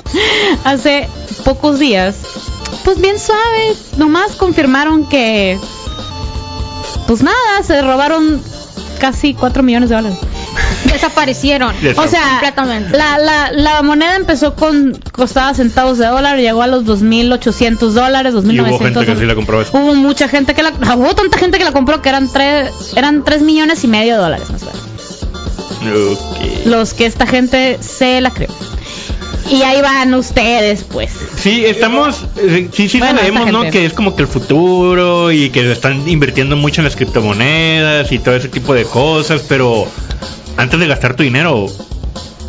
A: [LAUGHS] Hace pocos días, pues bien suave, nomás confirmaron que, pues nada, se robaron casi 4 millones de dólares.
D: Desaparecieron.
A: [LAUGHS]
B: Yes.
A: O sea,
D: Completamente.
A: La, la, la moneda empezó con costaba centavos de dólar, llegó a los 2.800 dólares, 2.900
B: Y hubo gente que sí la compró.
A: Hubo mucha gente que la ah, hubo tanta gente que la compró que eran tres eran 3 millones y medio de dólares más o menos.
B: Ok.
A: Los que esta gente se la creó. Y ahí van ustedes, pues.
B: Sí, estamos, eh, sí, sí
A: Bueno,
B: sabemos,
A: esta
B: ¿no?
A: gente.
B: Que es como que el futuro y que están invirtiendo mucho en las criptomonedas y todo ese tipo de cosas, pero antes de gastar tu dinero,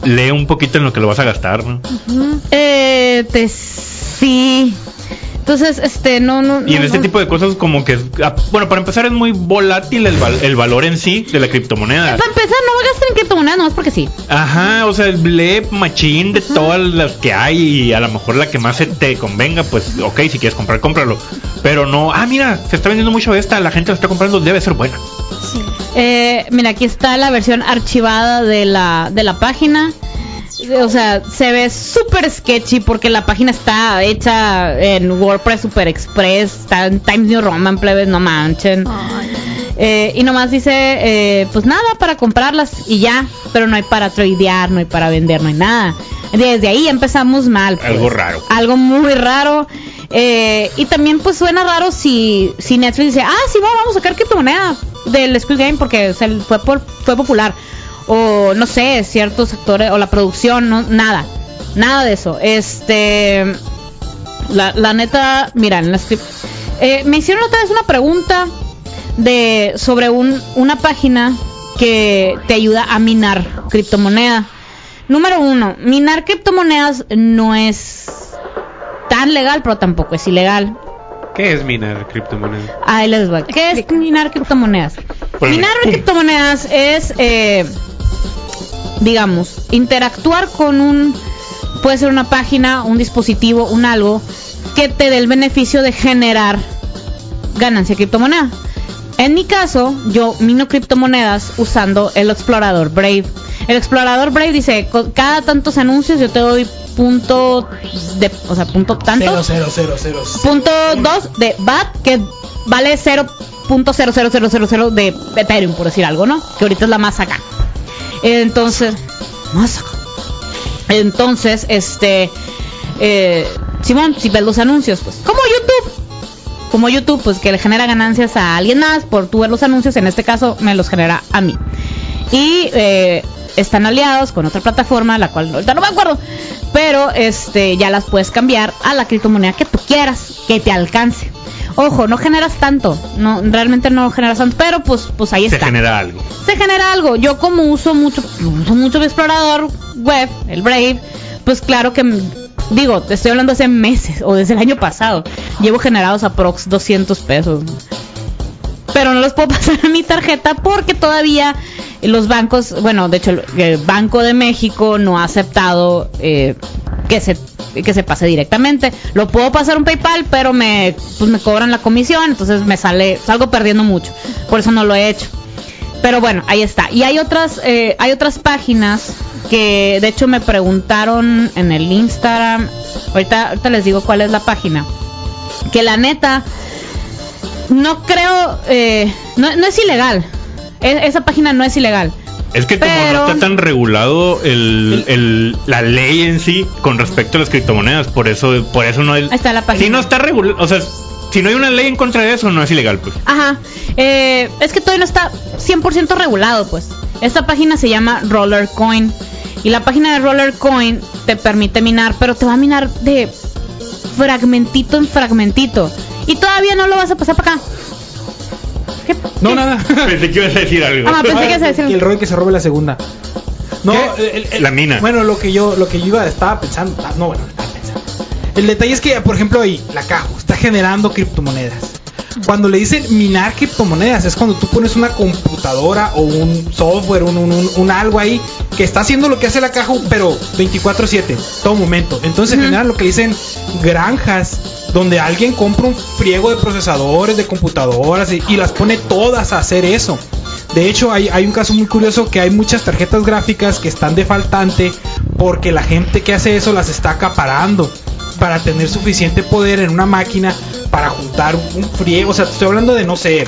B: lee un poquito en lo que lo vas a gastar, ¿no?
A: Eh, te sí. Entonces, este, no, no.
B: Y en
A: no,
B: este
A: no.
B: tipo de cosas como que, ah, bueno, para empezar es muy volátil el, val- el valor en sí de la criptomoneda.
A: Pues, Para empezar, no voy a gastar en criptomonedas nomás porque sí.
B: Ajá, o sea, lee machín de todas las que hay y a lo mejor la que más se te convenga, pues ok, si quieres comprar, cómpralo. Pero no, ah, mira, se está vendiendo mucho esta, la gente la está comprando, debe ser buena.
D: Sí.
A: Eh, mira, aquí está la versión archivada de la, de la página. O sea, se ve súper sketchy porque la página está hecha en WordPress Super Express, está en Times New Roman, plebes, no manchen.
D: Ah.
A: Eh, y nomás dice, eh, pues nada, para comprarlas y ya, pero no hay para tradear, no hay para vender, no hay nada. Desde ahí empezamos mal. pues.
B: Algo raro.
A: Algo muy raro. Eh, y también pues suena raro si, si Netflix dice, ah, sí, va, vamos a sacar criptomoneda del Squid Game porque o sea, fue, por- fue popular. O no sé, ciertos actores, o la producción, no, nada. Nada de eso. Este... La, la neta, mira, en las clip- eh, me hicieron otra vez una pregunta de sobre un, una página que te ayuda a minar criptomoneda. Número uno, minar criptomonedas no es tan legal, pero tampoco es ilegal.
E: ¿Qué es minar criptomonedas?
A: Ahí les va. ¿Qué es minar criptomonedas?
B: Ponle.
A: Minar criptomonedas es, eh, digamos, interactuar con un, puede ser una página, un dispositivo, un algo, que te dé el beneficio de generar ganancia de criptomoneda. En mi caso, yo mino criptomonedas usando el explorador Brave. El explorador Brave dice, "Co- cada tantos anuncios yo te doy punto de, o sea, punto tanto,
C: Cero, cero, cero, cero.
A: punto 2 de BAT que vale 0.00000 de Ethereum, por decir algo, ¿no? Que ahorita es la más acá. Entonces, más acá. Entonces, este, eh, Simón, si ves los anuncios, pues, como YouTube. Como YouTube, pues que le genera ganancias a alguien más por tu ver los anuncios, en este caso me los genera a mí. Y eh, están aliados con otra plataforma, la cual ahorita no me acuerdo. Pero este ya las puedes cambiar a la criptomoneda que tú quieras, que te alcance. Ojo, no generas tanto, no realmente no generas tanto, pero pues pues ahí
B: Se
A: está.
B: genera algo.
A: Se genera algo. Yo como uso mucho uso mucho mi explorador web, el Brave, pues claro que m- digo, te estoy hablando hace meses o desde el año pasado. Llevo generados aprox 200 pesos pero no los puedo [LAUGHS] pasar a mi tarjeta porque todavía los bancos, bueno, de hecho el, el Banco de México no ha aceptado eh, que se que se pase directamente. Lo puedo pasar a un PayPal, pero me pues me cobran la comisión, entonces me sale salgo perdiendo mucho. Por eso no lo he hecho. Pero bueno, ahí está. Y hay otras eh, hay otras páginas que de hecho me preguntaron en el Instagram. Ahorita ahorita les digo cuál es la página. Que la neta no creo, eh, no, no es ilegal. E- esa página no es ilegal.
B: Es que como
A: Pero-
B: no está tan regulado el, el- la ley en sí con respecto a las criptomonedas, por eso, por eso no hay.
A: Ahí está la página.
B: Si no está regulado, o sea, si no hay una ley en contra de eso, no es ilegal, pues. [LAUGHS]
A: Ajá. Eh, es que todavía no está 100% regulado, pues. Esta página se llama Rollercoin. Y la página de Rollercoin te permite minar, pero te va a minar de fragmentito en fragmentito. Y todavía no lo vas a pasar para acá. ¿Qué-
C: No, nada.
B: pensé que ibas a decir algo.
A: Ah, [LAUGHS] pensé que ibas a
C: que
A: decir-
C: el Roy que se robe la segunda. No, el- el-
B: La mina.
C: Bueno, lo que yo, lo que yo iba, estaba pensando. ah, No, bueno, estaba pensando. El detalle es que, por ejemplo, ahí, la Cajo está generando criptomonedas. Cuando le dicen minar criptomonedas, es cuando tú pones una computadora o un software, un, un- un- un algo ahí, que está haciendo lo que hace la Cajo, pero 24-7, todo momento. Entonces
A: Ujú.
C: generan lo que le dicen granjas, donde alguien compra un friego de procesadores, de computadoras y, y las pone todas a hacer eso. De hecho, hay, hay un caso muy curioso que hay muchas tarjetas gráficas que están de faltante porque la gente que hace eso las está acaparando para tener suficiente poder en una máquina para juntar un, un friego. O sea, te estoy hablando de, no sé,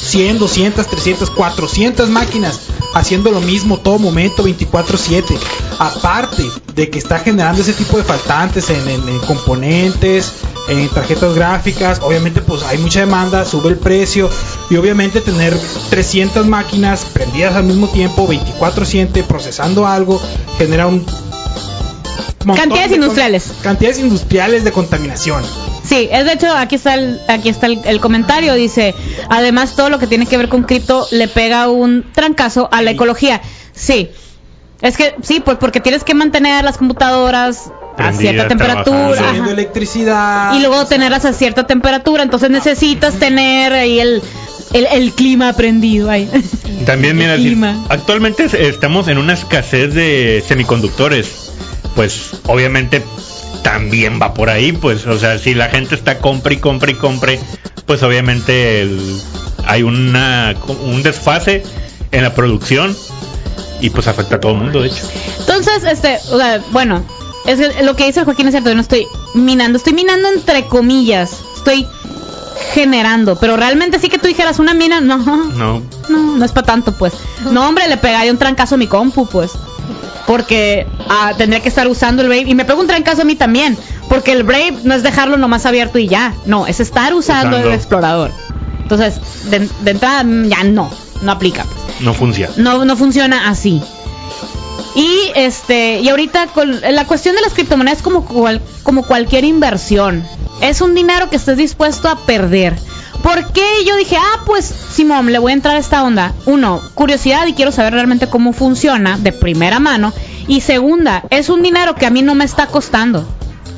C: 100, 200, 300, 400 máquinas haciendo lo mismo todo momento, 24/7. Aparte de que está generando ese tipo de faltantes en, en- en componentes, en tarjetas gráficas, obviamente pues hay mucha demanda, sube el precio y obviamente tener 300 máquinas prendidas al mismo tiempo, 24/7, procesando algo, genera un... montón
A: Cantidades
C: de con-
A: industriales.
C: Cantidades industriales de contaminación.
A: Sí, es de hecho aquí está el, aquí está el, el comentario dice, además todo lo que tiene que ver con cripto le pega un trancazo a la ecología. Sí. Es que sí, pues porque tienes que mantener las computadoras a
B: Prendidas,
A: cierta temperatura
B: trabajando.
A: ajá,
C: Consumiendo electricidad.
A: y luego tenerlas a cierta temperatura, entonces necesitas tener ahí el, el, el clima prendido ahí. [LAUGHS]
B: También mira, si-
A: Clima.
B: actualmente es- estamos en una escasez de semiconductores. Pues obviamente también va por ahí, pues, o sea, si la gente está compre y compre y compre, pues obviamente el- hay una un desfase en la producción y pues afecta a todo el mundo, de hecho.
A: Entonces, este, o sea, bueno, es que lo que dice Joaquín es cierto, yo no estoy minando, estoy minando entre comillas, estoy generando, pero realmente sí que tú dijeras una mina, no, no,
B: No,
A: no es para tanto, pues. No, hombre, le pegaría un trancazo a mi compu, pues. Porque ah, tendría que estar usando el Brave. Y me pega un trancazo a mí también. Porque el Brave no es dejarlo nomás abierto y ya. No, es estar usando,
B: Usando.
A: el explorador. Entonces, de, de entrada, mm, ya no. No aplica. pues.
B: no funciona.
A: No, no funciona así. Y este, y ahorita con la cuestión de las criptomonedas es como cual- como cualquier inversión. Es un dinero que estés dispuesto a perder. ¿Por qué yo dije, ah, pues Simón, le voy a entrar a esta onda? Uno, curiosidad y quiero saber realmente cómo funciona de primera mano. Y segunda, es un dinero que a mí no me está costando.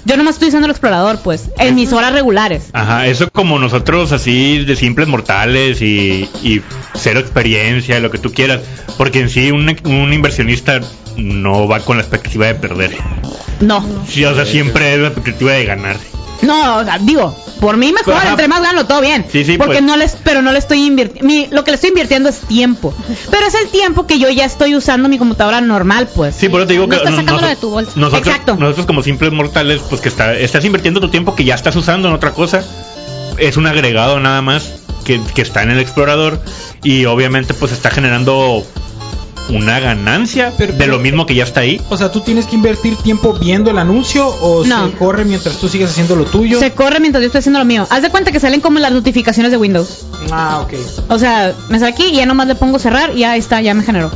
A: Yo no me estoy usando el explorador, pues, en mis horas regulares.
B: Ajá, eso como nosotros así de simples mortales y, y cero experiencia, lo que tú quieras, porque en sí un, un inversionista no va con la expectativa de perder.
A: No.
B: Sí, o sea, siempre es la expectativa de ganar.
A: No, o sea, digo, por mí mejor,
B: Ajá.
A: entre más gano todo bien.
B: Sí, sí,
A: porque
B: pues.
A: no les, pero no le estoy invirtiendo, lo que le estoy invirtiendo es tiempo. Pero es el tiempo que yo ya estoy usando mi computadora normal, pues.
B: Sí, por eso te digo
D: No
B: que
D: estás
B: no-
D: sacándolo
B: noso-
D: de tu bolsa.
B: Nosotros,
A: Exacto.
B: nosotros como simples mortales, pues que está- estás invirtiendo tu tiempo que ya estás usando en otra cosa. Es un agregado nada más que, que está en el explorador y obviamente pues está generando una ganancia
C: Pero-
B: de lo mismo que ya está ahí.
C: O sea, tú tienes que invertir tiempo viendo el anuncio o
A: No.
C: se corre mientras tú sigues haciendo lo tuyo.
A: Se corre mientras yo estoy haciendo lo mío. Haz de cuenta que salen como las notificaciones de Windows.
C: Ah, ok.
A: O sea, me sale aquí y ya nomás le pongo cerrar y ya está, ya me generó.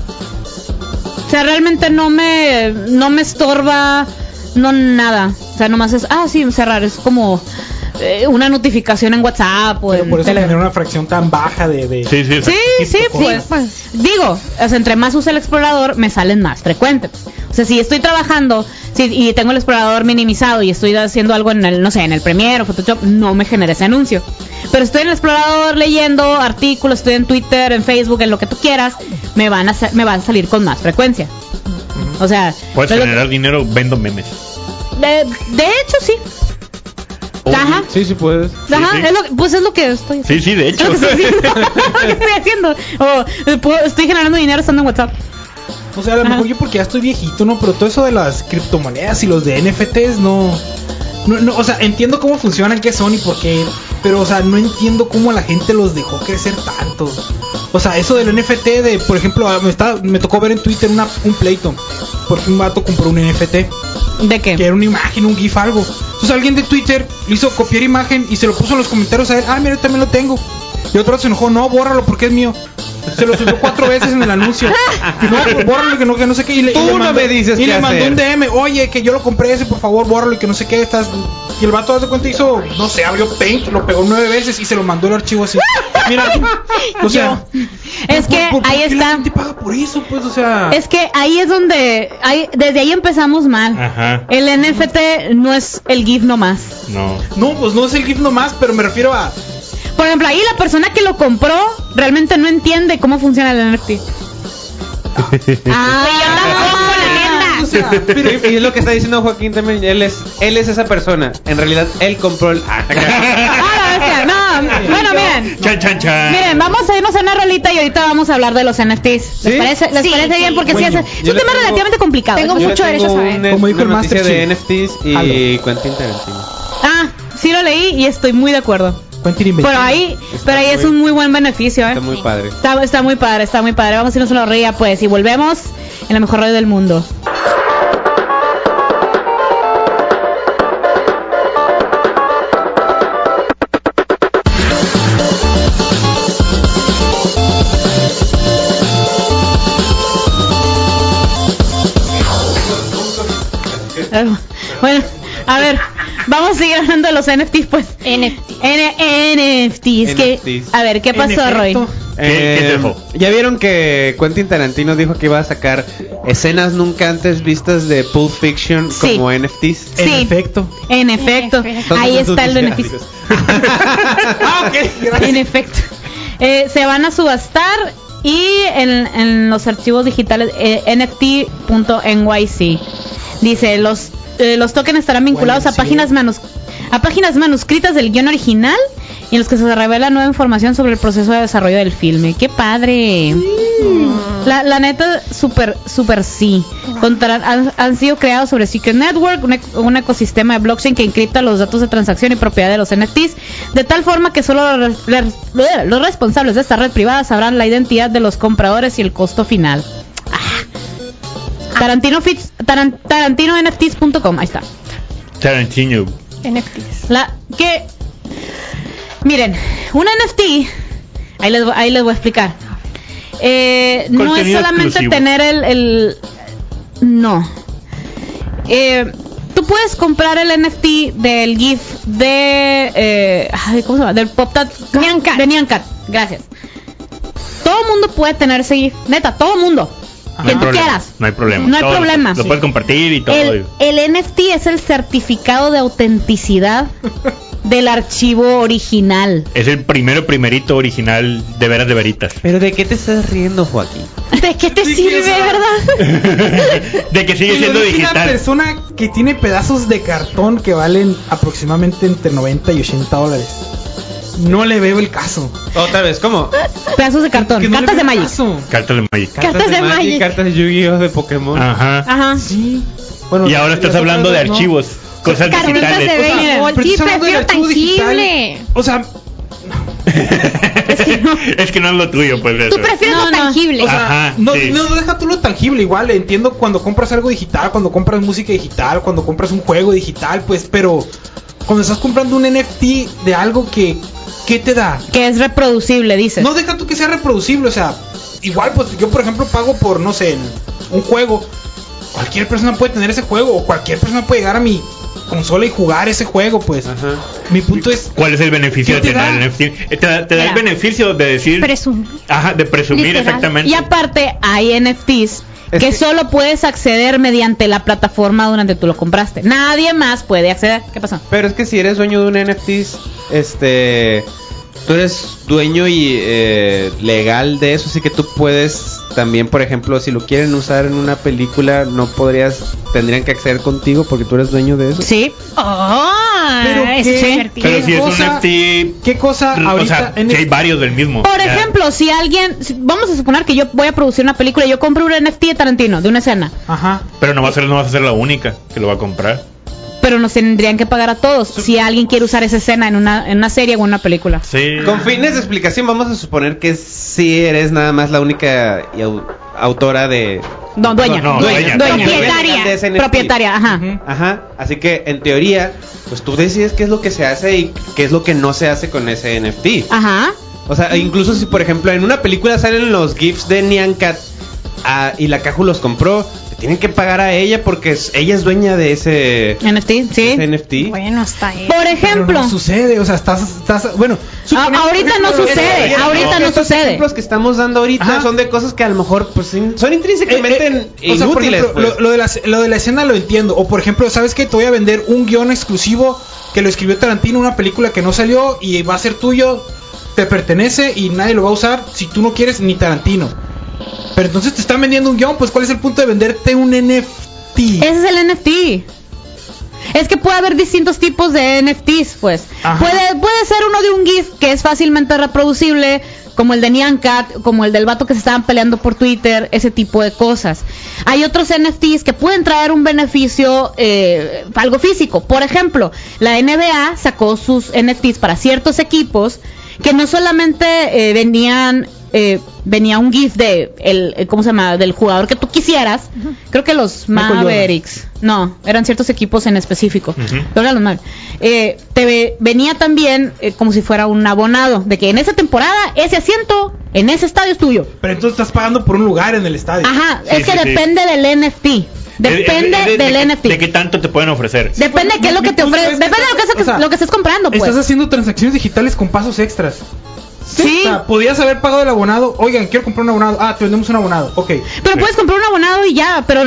A: O sea, realmente no me, no me estorba, no nada. O sea, nomás es, ah, sí, cerrar. Es como eh, una notificación en WhatsApp o
C: Pero
A: en
C: por eso
A: Telegram.
C: tener una fracción tan baja de. de-
B: Sí, sí, o sea,
A: Sí, sí,
C: tipo
A: pues. Digo, o sea, entre más uso el explorador, me salen más frecuentes. O sea, si estoy trabajando si, y tengo el explorador minimizado y estoy haciendo algo en el, no sé, en el Premiere o Photoshop, no me genera ese anuncio. Pero estoy en el explorador leyendo artículos, estoy en Twitter, en Facebook, en lo que tú quieras, me van a, sa- me van a salir con más frecuencia. O sea,
B: Puedes
A: pero-
B: generar dinero, vendo memes.
A: de, de hecho sí. Ajá.
E: Sí, sí puedes.
A: Ajá,
B: sí.
A: es lo- pues es lo que estoy
B: Sí, sí, de
A: es [LAUGHS]
B: hecho.
C: [LAUGHS]
A: lo que estoy haciendo. ¿Qué estoy haciendo? O, eh, puedo- estoy generando dinero estando en WhatsApp.
C: O sea, a lo
A: Ajá.
C: mejor yo porque ya estoy viejito, ¿no? Pero todo eso de las criptomonedas y los de NFTs, no. No, no, o sea, entiendo cómo funcionan, qué son y por qué, pero, o sea, no entiendo cómo la gente los dejó crecer tanto. O sea, eso del NFT de, por ejemplo, ah, me, está, me tocó ver en Twitter una, un pleito, porque un vato compró un NFT,
A: ¿De qué?
C: que era una imagen, un GIF, algo. Entonces alguien de Twitter le hizo copiar imagen y se lo puso en los comentarios a él, ah, mira, yo también lo tengo. Y otro se enojó, no, bórralo porque es mío. Se lo subió cuatro veces en el anuncio. No, pues, bórralo que no, que no sé qué. Y le, y
E: Tú
C: le
E: no me dices
C: Y
E: qué
C: le mandó
E: hacer.
C: un DM, oye, que yo lo compré ese, por favor, bórralo y que no sé qué. Estás... Y el vato, haz de cuenta, hizo, no sé, abrió Paint, lo pegó nueve veces y se lo mandó el archivo así. Mira,
E: [LAUGHS]
C: o sea,
A: Es
C: ¿por-
A: que
C: por- por
A: ahí
C: qué la
A: está.
C: gente paga por eso, pues, o sea.
A: Es que ahí es donde. ahí- desde ahí empezamos
C: Ah.
A: mal.
B: Ajá.
A: El NFT no es el GIF nomás.
B: No.
C: No, pues no es el GIF nomás, pero me refiero a.
A: Por ejemplo, ahí la persona que lo compró realmente no entiende cómo funciona el NFT. Ah.
C: O sea, pero
E: Y es lo que está diciendo Joaquín también. Él es, él es esa persona. En realidad, él compró el. Ah,
A: Ah, o sea, no, bueno, miren.
B: Chan, chan, chan.
A: Miren, vamos a irnos a una rolita y ahorita vamos a hablar de los NFTs. ¿Les
E: ¿Sí?
A: parece, les
D: Sí,
A: parece
D: sí.
A: bien? Porque sí,
E: Bueno,
A: es- es
E: yo
A: un tema
E: le tengo-
A: relativamente complicado.
D: Tengo
E: Yo le
D: mucho
E: tengo
D: derecho a saber.
E: un-
C: Como dijo el
E: una
C: Master
E: noticia de NFTs y
C: Algo.
E: Quentin Tarantino.
A: Ah, sí lo leí y estoy muy de acuerdo.
C: Quentin inventó.
A: Pero ahí,
E: Está
A: pero ahí
E: muy-
A: es un muy buen beneficio, ¿eh?
E: Está muy padre.
A: Está, está muy padre, está muy padre. Vamos a irnos a una ría, pues, y volvemos en la mejor radio del mundo. [LAUGHS] Bueno, a ver, vamos a seguir hablando de los NFTs, pues.
D: NFT.
A: N- NFTs, que,
E: NFTs.
A: a ver, ¿qué
C: En
A: pasó, Roy?
C: efecto,
B: ¿Qué- qué te dejó?
E: Eh, ya vieron que Quentin Tarantino dijo que iba a sacar escenas nunca antes vistas de Pulp Fiction
A: Sí.
E: como NFTs.
C: En
A: Sí.
C: efecto.
A: En efecto,
D: efecto.
A: ahí
E: Entonces,
A: está el
E: sus
A: beneficio.
E: gráficos.
A: En efecto. Eh, se van a subastar y en, en los archivos digitales eh, nft.nyc. Dice, los, eh, los tokens estarán vinculados a
C: Buenísimo.
A: páginas, manus- a páginas manuscritas del guión original y en los que se revela nueva información sobre el proceso de desarrollo del filme. ¡Qué padre! La, la neta, super, super sí. Contarán- han, han sido creados sobre Secret Network, un, ec- un ecosistema de blockchain que encripta los datos de transacción y propiedad de los NFTs, de tal forma que solo los, re- re- los responsables de esta red privada sabrán la identidad de los compradores y el costo final. Ah. Tarantino Fitz- Taran- TarantinoNFTs.com, ahí está.
B: Tarantino.
D: NFTs.
A: La que miren, un NFT, ahí les, vo- ahí les voy a explicar. Eh, no es
B: Contenido
A: solamente
B: exclusivo.
A: tener el, el- no. Eh, tú puedes comprar el NFT del GIF de eh, ay, ¿cómo se llama? Del Pop Tat
D: Nyan Cat.
A: de Nyan Cat. Gracias. Todo mundo puede tener ese GIF, neta, todo mundo. que tú
B: problema,
A: quieras.
B: Ah, No hay problema.
A: No hay
B: Todo lo-
A: problema.
B: Lo,
A: Sí.
B: puedes compartir y todo.
A: El, el NFT es el certificado de autenticidad del archivo original.
B: Es el primero, primerito original de veras
A: [LAUGHS]
B: de veritas.
E: Pero ¿de qué te estás riendo, Joaquín?
A: ¿De qué te
C: Sí,
A: sirve,
C: o sea,
A: verdad?
B: de que sigue
C: Pero
B: siendo
C: es una
B: digital.
C: persona que tiene pedazos de cartón que valen aproximadamente entre 90 y 80 dólares. No le veo el caso.
E: Otra vez, ¿cómo?
A: Pedazos de cartón,
C: Que no le
A: cartas
C: veo
A: de
C: el
A: Magic.
C: caso.
B: Cartas de Magic.
A: Cartas de Magic.
E: Cartas de Yu-Gi-Oh! de Pokémon.
B: Ajá.
A: Ajá.
C: Sí. Bueno,
B: Y ahora
C: las
B: estás
C: otras
B: hablando de
C: dos no.
B: archivos, cosas
D: Cartitas
B: digitales.
D: de béisbol,
C: Pero
D: sí,
C: estás hablando del
D: prefiero
C: archivo digital.
D: tangible.
C: O sea,
B: [LAUGHS] es que no es lo tuyo, pues.
D: Tú
B: eso.
D: prefieres
A: No,
D: lo
A: no.
D: tangible.
C: O sea,
B: Ajá,
C: no,
B: sí.
C: no deja tú lo tangible, igual entiendo cuando compras algo digital, cuando compras música digital, cuando compras un juego digital, pues, pero cuando estás comprando un NFT de algo que, ¿qué te da?
A: Que es reproducible, dices.
C: No deja tú que sea reproducible, o sea, igual pues yo por ejemplo pago por, no sé, el- un juego. Cualquier persona puede tener ese juego, o cualquier persona puede llegar a mi consola y jugar ese juego, pues.
E: Ajá.
C: Mi punto es,
B: ¿Cuál es el beneficio de
C: ¿Qué te
B: tener
C: da?
B: el NFT? Eh, Te da, te da el
A: Mira.
B: beneficio de decir.
D: Presumir.
B: Ajá, de presumir
D: Literal.
B: exactamente.
A: Y aparte hay NFTs que,
E: Es que-
A: solo puedes acceder mediante la plataforma durante tú lo compraste. Nadie más puede acceder. ¿Qué pasó?
E: Pero es que si eres dueño de un NFT, este, tú eres dueño y eh, legal de eso, así que tú puedes también, por ejemplo, si lo quieren usar en una película, no podrías, tendrían que acceder contigo porque tú eres dueño de eso.
A: Sí.
D: Ah,
C: Pero
D: eso es
A: qué-
D: divertido.
B: Pero si es un
C: cosa-
B: NFT.
C: ¿qué cosa
B: O
C: ahorita
B: sea,
C: en este
B: sí hay varios del mismo.
A: Por
B: Ya.
A: ejemplo, si alguien, si- vamos a suponer que yo voy a producir una película y yo compro un NFT de Tarantino, de una escena,
C: Ajá.
B: Pero no vas, a ser, no vas a ser la única que lo va a comprar.
A: pero nos tendrían que pagar a todos si alguien quiere usar esa escena en una, en una serie o en una película.
B: Sí.
E: Con fines de explicación, vamos a suponer que sí eres nada más la única y au- autora de...
A: No, dueña.
B: No, no,
A: dueña.
B: dueña.
A: Propietaria.
E: De ese NFT.
A: Propietaria, ajá.
C: Ujú.
E: Ajá, así que en teoría, pues tú decides qué es lo que se hace y qué es lo que no se hace con ese NFT.
A: Ajá.
E: O sea, incluso si por ejemplo en una película salen los GIFs de Nyan Cat ah, y la Caju los compró, le tienen que pagar a ella porque es- ella es dueña de ese,
A: NFT, sí.
E: ese NFT.
D: Bueno, hasta ahí.
A: Por
C: Pero
A: ejemplo,
C: no sucede, o sea, estás, estás, bueno, suponiendo, por
A: ahorita no
C: ejemplo,
A: sucede,
C: el- el-
A: ahorita no
E: Estos
A: sucede.
E: ejemplos que estamos dando ahorita
C: Ajá.
E: son de cosas que a lo mejor pues, in- son intrínsecamente
C: Eh, eh,
E: in-
C: o sea, por
E: inútiles.
C: ejemplo,
E: pues.
C: lo, lo de la, lo de la escena lo entiendo. O por ejemplo, ¿sabes que Te voy a vender un guión exclusivo que lo escribió Tarantino, una película que no salió y va a ser tuyo, te pertenece y nadie lo va a usar si tú no quieres ni Tarantino. Pero entonces te están vendiendo un guión, pues ¿cuál es el punto de venderte un NFT?
A: Ese es el NFT. Es que puede haber distintos tipos de NFTs, pues.
C: Ajá.
A: Puede, puede ser uno de un GIF que es fácilmente reproducible, como el de Nyan Cat, como el del vato que se estaban peleando por Twitter, ese tipo de cosas. Hay otros NFTs que pueden traer un beneficio, eh, algo físico. Por ejemplo, la NBA sacó sus NFTs para ciertos equipos que no solamente eh, venían eh, venía un gif de el eh, cómo se llama del jugador que tú quisieras creo que los
C: Michael Jordan.
A: Mavericks no eran ciertos equipos en específico
B: Ujú.
A: creo que los Mavericks. Eh, te ve- venía también eh, como si fuera un abonado de que en esa temporada ese asiento en ese estadio es tuyo
C: Pero entonces estás pagando por un lugar en el estadio.
A: ajá
B: Sí,
A: es que
B: sí, sí.
A: depende del NFT depende
B: Eh, eh, eh, de-
A: del
B: de-
A: NFT
B: ¿De qué tanto te pueden ofrecer?
A: depende de qué es lo
C: Mi-
A: que
C: mi
A: te
C: punto
A: ofrece
C: es que
A: depende de lo que,
C: estás-
A: saques-
C: o sea,
A: lo que estés comprando pues
C: Estás haciendo transacciones digitales con pasos extras.
A: sí
C: O sea, podías haber pagado el abonado. Oigan, quiero comprar un abonado. Ah, te vendemos un abonado. Ok.
A: Pero puedes comprar un abonado y ya, pero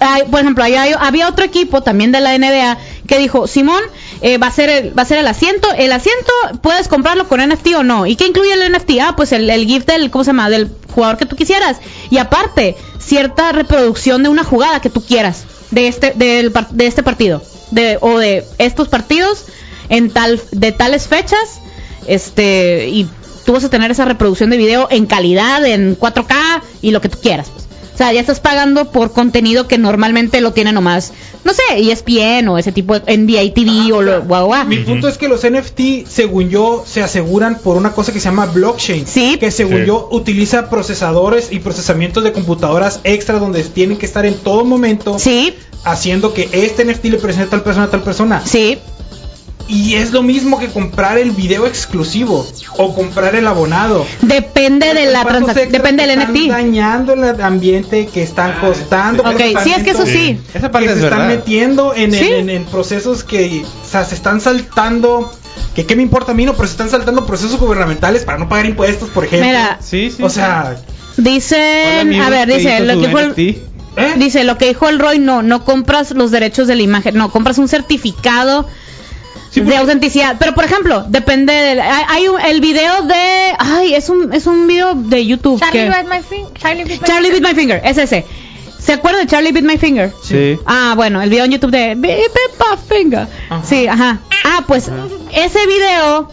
A: hay- por ejemplo, ahí hay- había otro equipo también de la NBA que dijo, Simón, eh, va a ser el, va a ser el asiento, el asiento puedes comprarlo con NFT o no. ¿Y qué incluye el NFT? Ah, pues el, el gift del, ¿cómo se llama? del jugador que tú quisieras. Y aparte, cierta reproducción de una jugada que tú quieras, de este, del par- de este partido, de, o de estos partidos, en tal, de tales fechas, este, y tú vas a tener esa reproducción de video en calidad, en 4K y lo que tú quieras. pues. O sea, ya estás pagando por contenido que normalmente lo tiene nomás, no sé, E ESPN o ese tipo de NBA TV o lo, guau, guau.
C: Ah, Mi punto es que los NFT, según yo, se aseguran por una cosa que se llama blockchain.
A: Sí.
C: Que según
B: Sí.
C: yo utiliza procesadores y procesamientos de computadoras extra donde tienen que estar en todo momento
A: Sí,
C: haciendo que este NFT le presente a tal persona a tal persona.
A: sí,
C: Y es lo mismo que comprar el video exclusivo o comprar el abonado.
A: depende de la
C: Los pasos
A: transacción,
C: extras
A: depende
C: que
A: del
C: están
A: NFT.
C: dañando el ambiente que están costando.
A: Ok,
C: que
A: Ah, sí, es que eso
C: están-
A: sí.
E: Esa parte
C: que
E: es
C: se están
E: verdad.
C: metiendo en,
A: Sí.
C: en- en procesos que o sea, se están saltando Que qué me importa a mí, no, pero se están saltando procesos gubernamentales para no pagar impuestos, por ejemplo.
A: Mira.
E: Sí, sí.
C: o sea,
E: Hola,
A: Dicen,
E: amigo,
A: Eh, a ver,
E: ¿qué
A: dice,
E: hizo
A: lo
E: tu
A: que fue el-
E: NFT?
C: ¿eh?
A: Dice, lo que dijo el Roy, no, no compras los derechos de la imagen, no, compras un certificado
E: Sí,
A: de
E: porque-
A: autenticidad. Pero, por ejemplo, depende del... Hay, hay un- el video de... Ay, es un, es un video de YouTube.
D: Charlie
A: que-
D: With My Finger. Charlie With My
A: Charlie Bit My Finger, es ese. ¿Se acuerda de Charlie Bit My Finger?
E: Sí.
A: Ah, bueno, el video en YouTube de Bip My Finger. Sí, ajá. Ah, pues ese video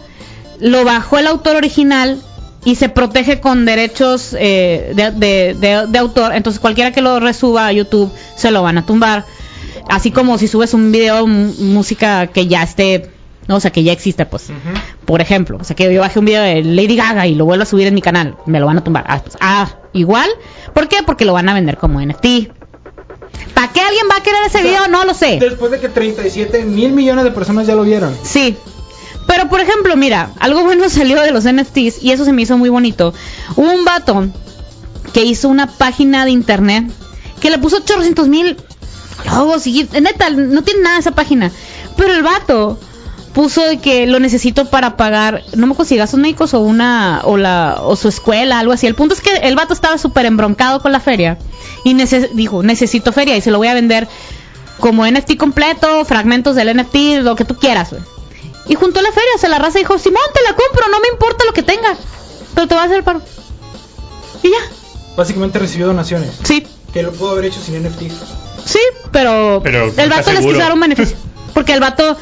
A: lo bajó el autor original y se protege con derechos eh, de, de- de- de autor. Entonces cualquiera que lo resuba a YouTube se lo van a tumbar. Así como si subes un video, m- música que ya esté, no, o sea, que ya existe, pues. Por ejemplo, o sea, que yo bajé un video de Lady Gaga y lo vuelvo a subir en mi canal, me lo van a tumbar. Ah, pues, ah, igual. ¿Por qué? Porque lo van a vender como NFT. ¿Para qué alguien va a querer ese video? No lo sé.
C: después de que 37 mil millones de personas ya lo vieron.
A: Sí. Pero por ejemplo, mira, algo bueno [LAUGHS] salió de los NFTs y eso se me hizo muy bonito. Hubo un vato que hizo una página de internet que le puso 800 mil logos y neta, no tiene nada esa página. Pero el vato puso de que lo necesito para pagar, no me consigas gastos médicos o una o la o su escuela, algo así. El punto es que el vato estaba súper embroncado con la feria y nece- dijo, "Necesito feria y se lo voy a vender como NFT completo, fragmentos del NFT, lo que tú quieras, güey. Y junto a la feria, se la raza dijo, Simón, te la compro, no me importa lo que tengas, pero te va a hacer el paro. Y ya,
C: Básicamente recibió donaciones.
A: sí,
C: Que lo pudo haber hecho sin NFTs.
A: sí, pero,
B: Pero
A: el
B: nunca
A: vato les
B: seguro.
A: quiso dar un
B: [LAUGHS]
A: beneficio. Porque el vato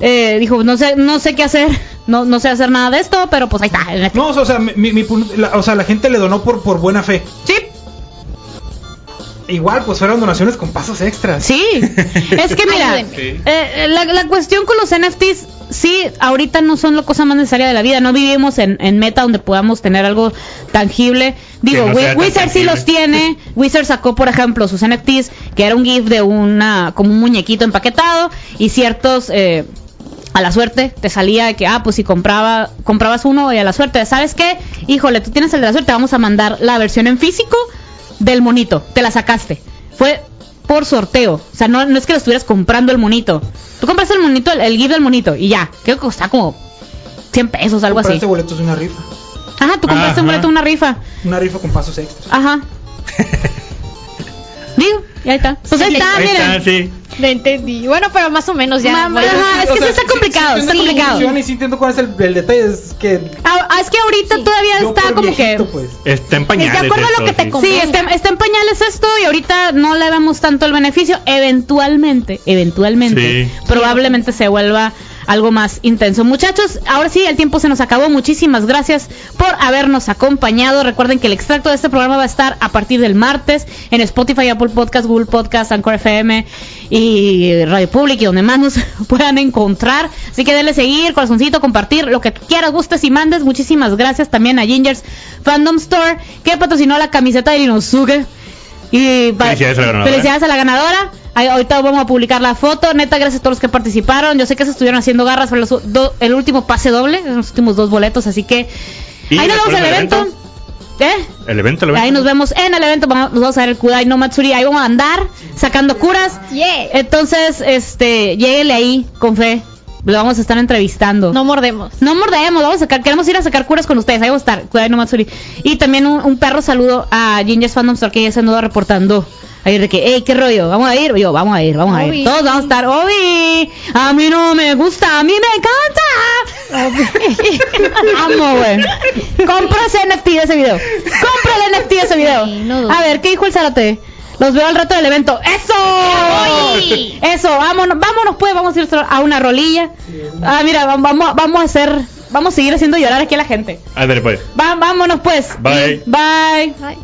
A: eh, dijo, no sé, no sé qué hacer, no, no sé hacer nada de esto, pero pues ahí está, el NFT.
C: No, o sea, mi, mi- mi punto- la, o sea, la gente le donó por, por buena fe.
A: Sí,
C: Igual, pues fueron donaciones con pasos extras.
A: sí. es que mira,
D: Ayúdenme.
A: eh, la, la cuestión con los NFTs, sí, ahorita no son la cosa más necesaria de la vida. No vivimos en, en meta donde podamos tener algo tangible. Digo,
B: Que no
A: Wi-
B: sea tan
A: Wizard sí
B: tangible.
A: los
B: [LAUGHS]
A: tiene. Wizard sacó, por ejemplo, sus NFTs, que era un GIF de una, como un muñequito empaquetado y ciertos... eh, a la suerte te salía de que, ah, pues si compraba, comprabas uno y a la suerte, ¿sabes qué? Híjole, tú tienes el de la suerte, vamos a mandar la versión en físico del monito, te la sacaste. Fue por sorteo, o sea, no, no es que lo estuvieras comprando el monito. Tú compraste el monito, el, el GIF del monito y ya, creo que costaba como 100 pesos, algo así.
C: Compraste boletos de una rifa.
A: Ajá, tú compraste un
B: Ajá.
A: boleto, una rifa.
C: Una rifa con pasos extras.
A: Ajá. Digo, y ahí está. Pues ahí está,
B: Ahí
A: miren.
B: está, sí.
D: Lo entendí. Bueno, pero más o menos ya.
A: Mamá.
D: voy a-
A: Ajá, es que sí está complicado, está complicado.
C: Y sí entiendo cuál es el, el detalle, es que...
A: Ah, ah, es que ahorita
D: Sí.
A: todavía
C: yo
A: está
C: por
A: como
C: viejito,
A: que...
C: pues.
B: Está en pañales.
D: de acuerdo a
B: esto,
D: lo que te
B: sí.
D: com-
A: Sí, está, está en pañales esto y ahorita no le vemos tanto el beneficio. Eventualmente, eventualmente,
B: Sí.
A: probablemente se vuelva algo más intenso. Muchachos, ahora sí, el tiempo se nos acabó. Muchísimas gracias por habernos acompañado. Recuerden que el extracto de este programa va a estar a partir del martes en Spotify, Apple Podcast, Google Podcast, Anchor FM y Radio Public y donde más nos [LAUGHS] puedan encontrar. Así que denle seguir, corazoncito, compartir, lo que quieras, gustes y mandes. Muchísimas gracias también a Gingers Fandom Store que patrocinó la camiseta de Inosuke. Y pa-
B: Felicidades a la ganadora.
A: felicidades a la ganadora. Ahí- ahorita vamos a publicar la foto. Neta, gracias a todos los que participaron. Yo sé que se estuvieron haciendo garras por los do- el último pase doble, los últimos dos boletos. Así que
B: Y
A: ahí nos vemos en el
B: después del
A: evento. ¿Eh?
B: El evento, el evento.
A: Ahí nos vemos en el evento. Vamos, nos vamos a ver el Kudai no Matsuri. Ahí vamos a andar sacando curas.
D: Yeah.
A: Entonces, este, lléguele ahí con fe. Lo vamos a estar entrevistando.
D: No mordemos.
A: No mordemos, vamos a sacar, queremos ir a sacar curas con ustedes, ahí vamos a estar, cuidado no Matsuri. Y también un, un perro saludo a Ginger's Fandom Store que ya se anduvo reportando. Ahí de que, hey, qué rollo, vamos a ir, yo, vamos a ir, vamos a
D: Obi.
A: ir. Todos vamos a estar, Obi, a mí no me gusta, a mí me encanta. [LAUGHS] Amo, güey. Compra ese NFT de ese video. Compra el NFT de ese video.
D: Sí, no dudo.
A: A ver, ¿qué dijo el Zárate? Los veo al rato del evento. ¡Eso!
D: Voy.
A: Eso, vámonos, vámonos pues, vamos a ir a una rolilla. Ah, mira, vam- vamos, vamos a hacer, vamos a seguir haciendo llorar aquí a la gente.
B: A ver, pues.
A: Va- vámonos pues.
B: Bye.
A: Bye.
D: Ay.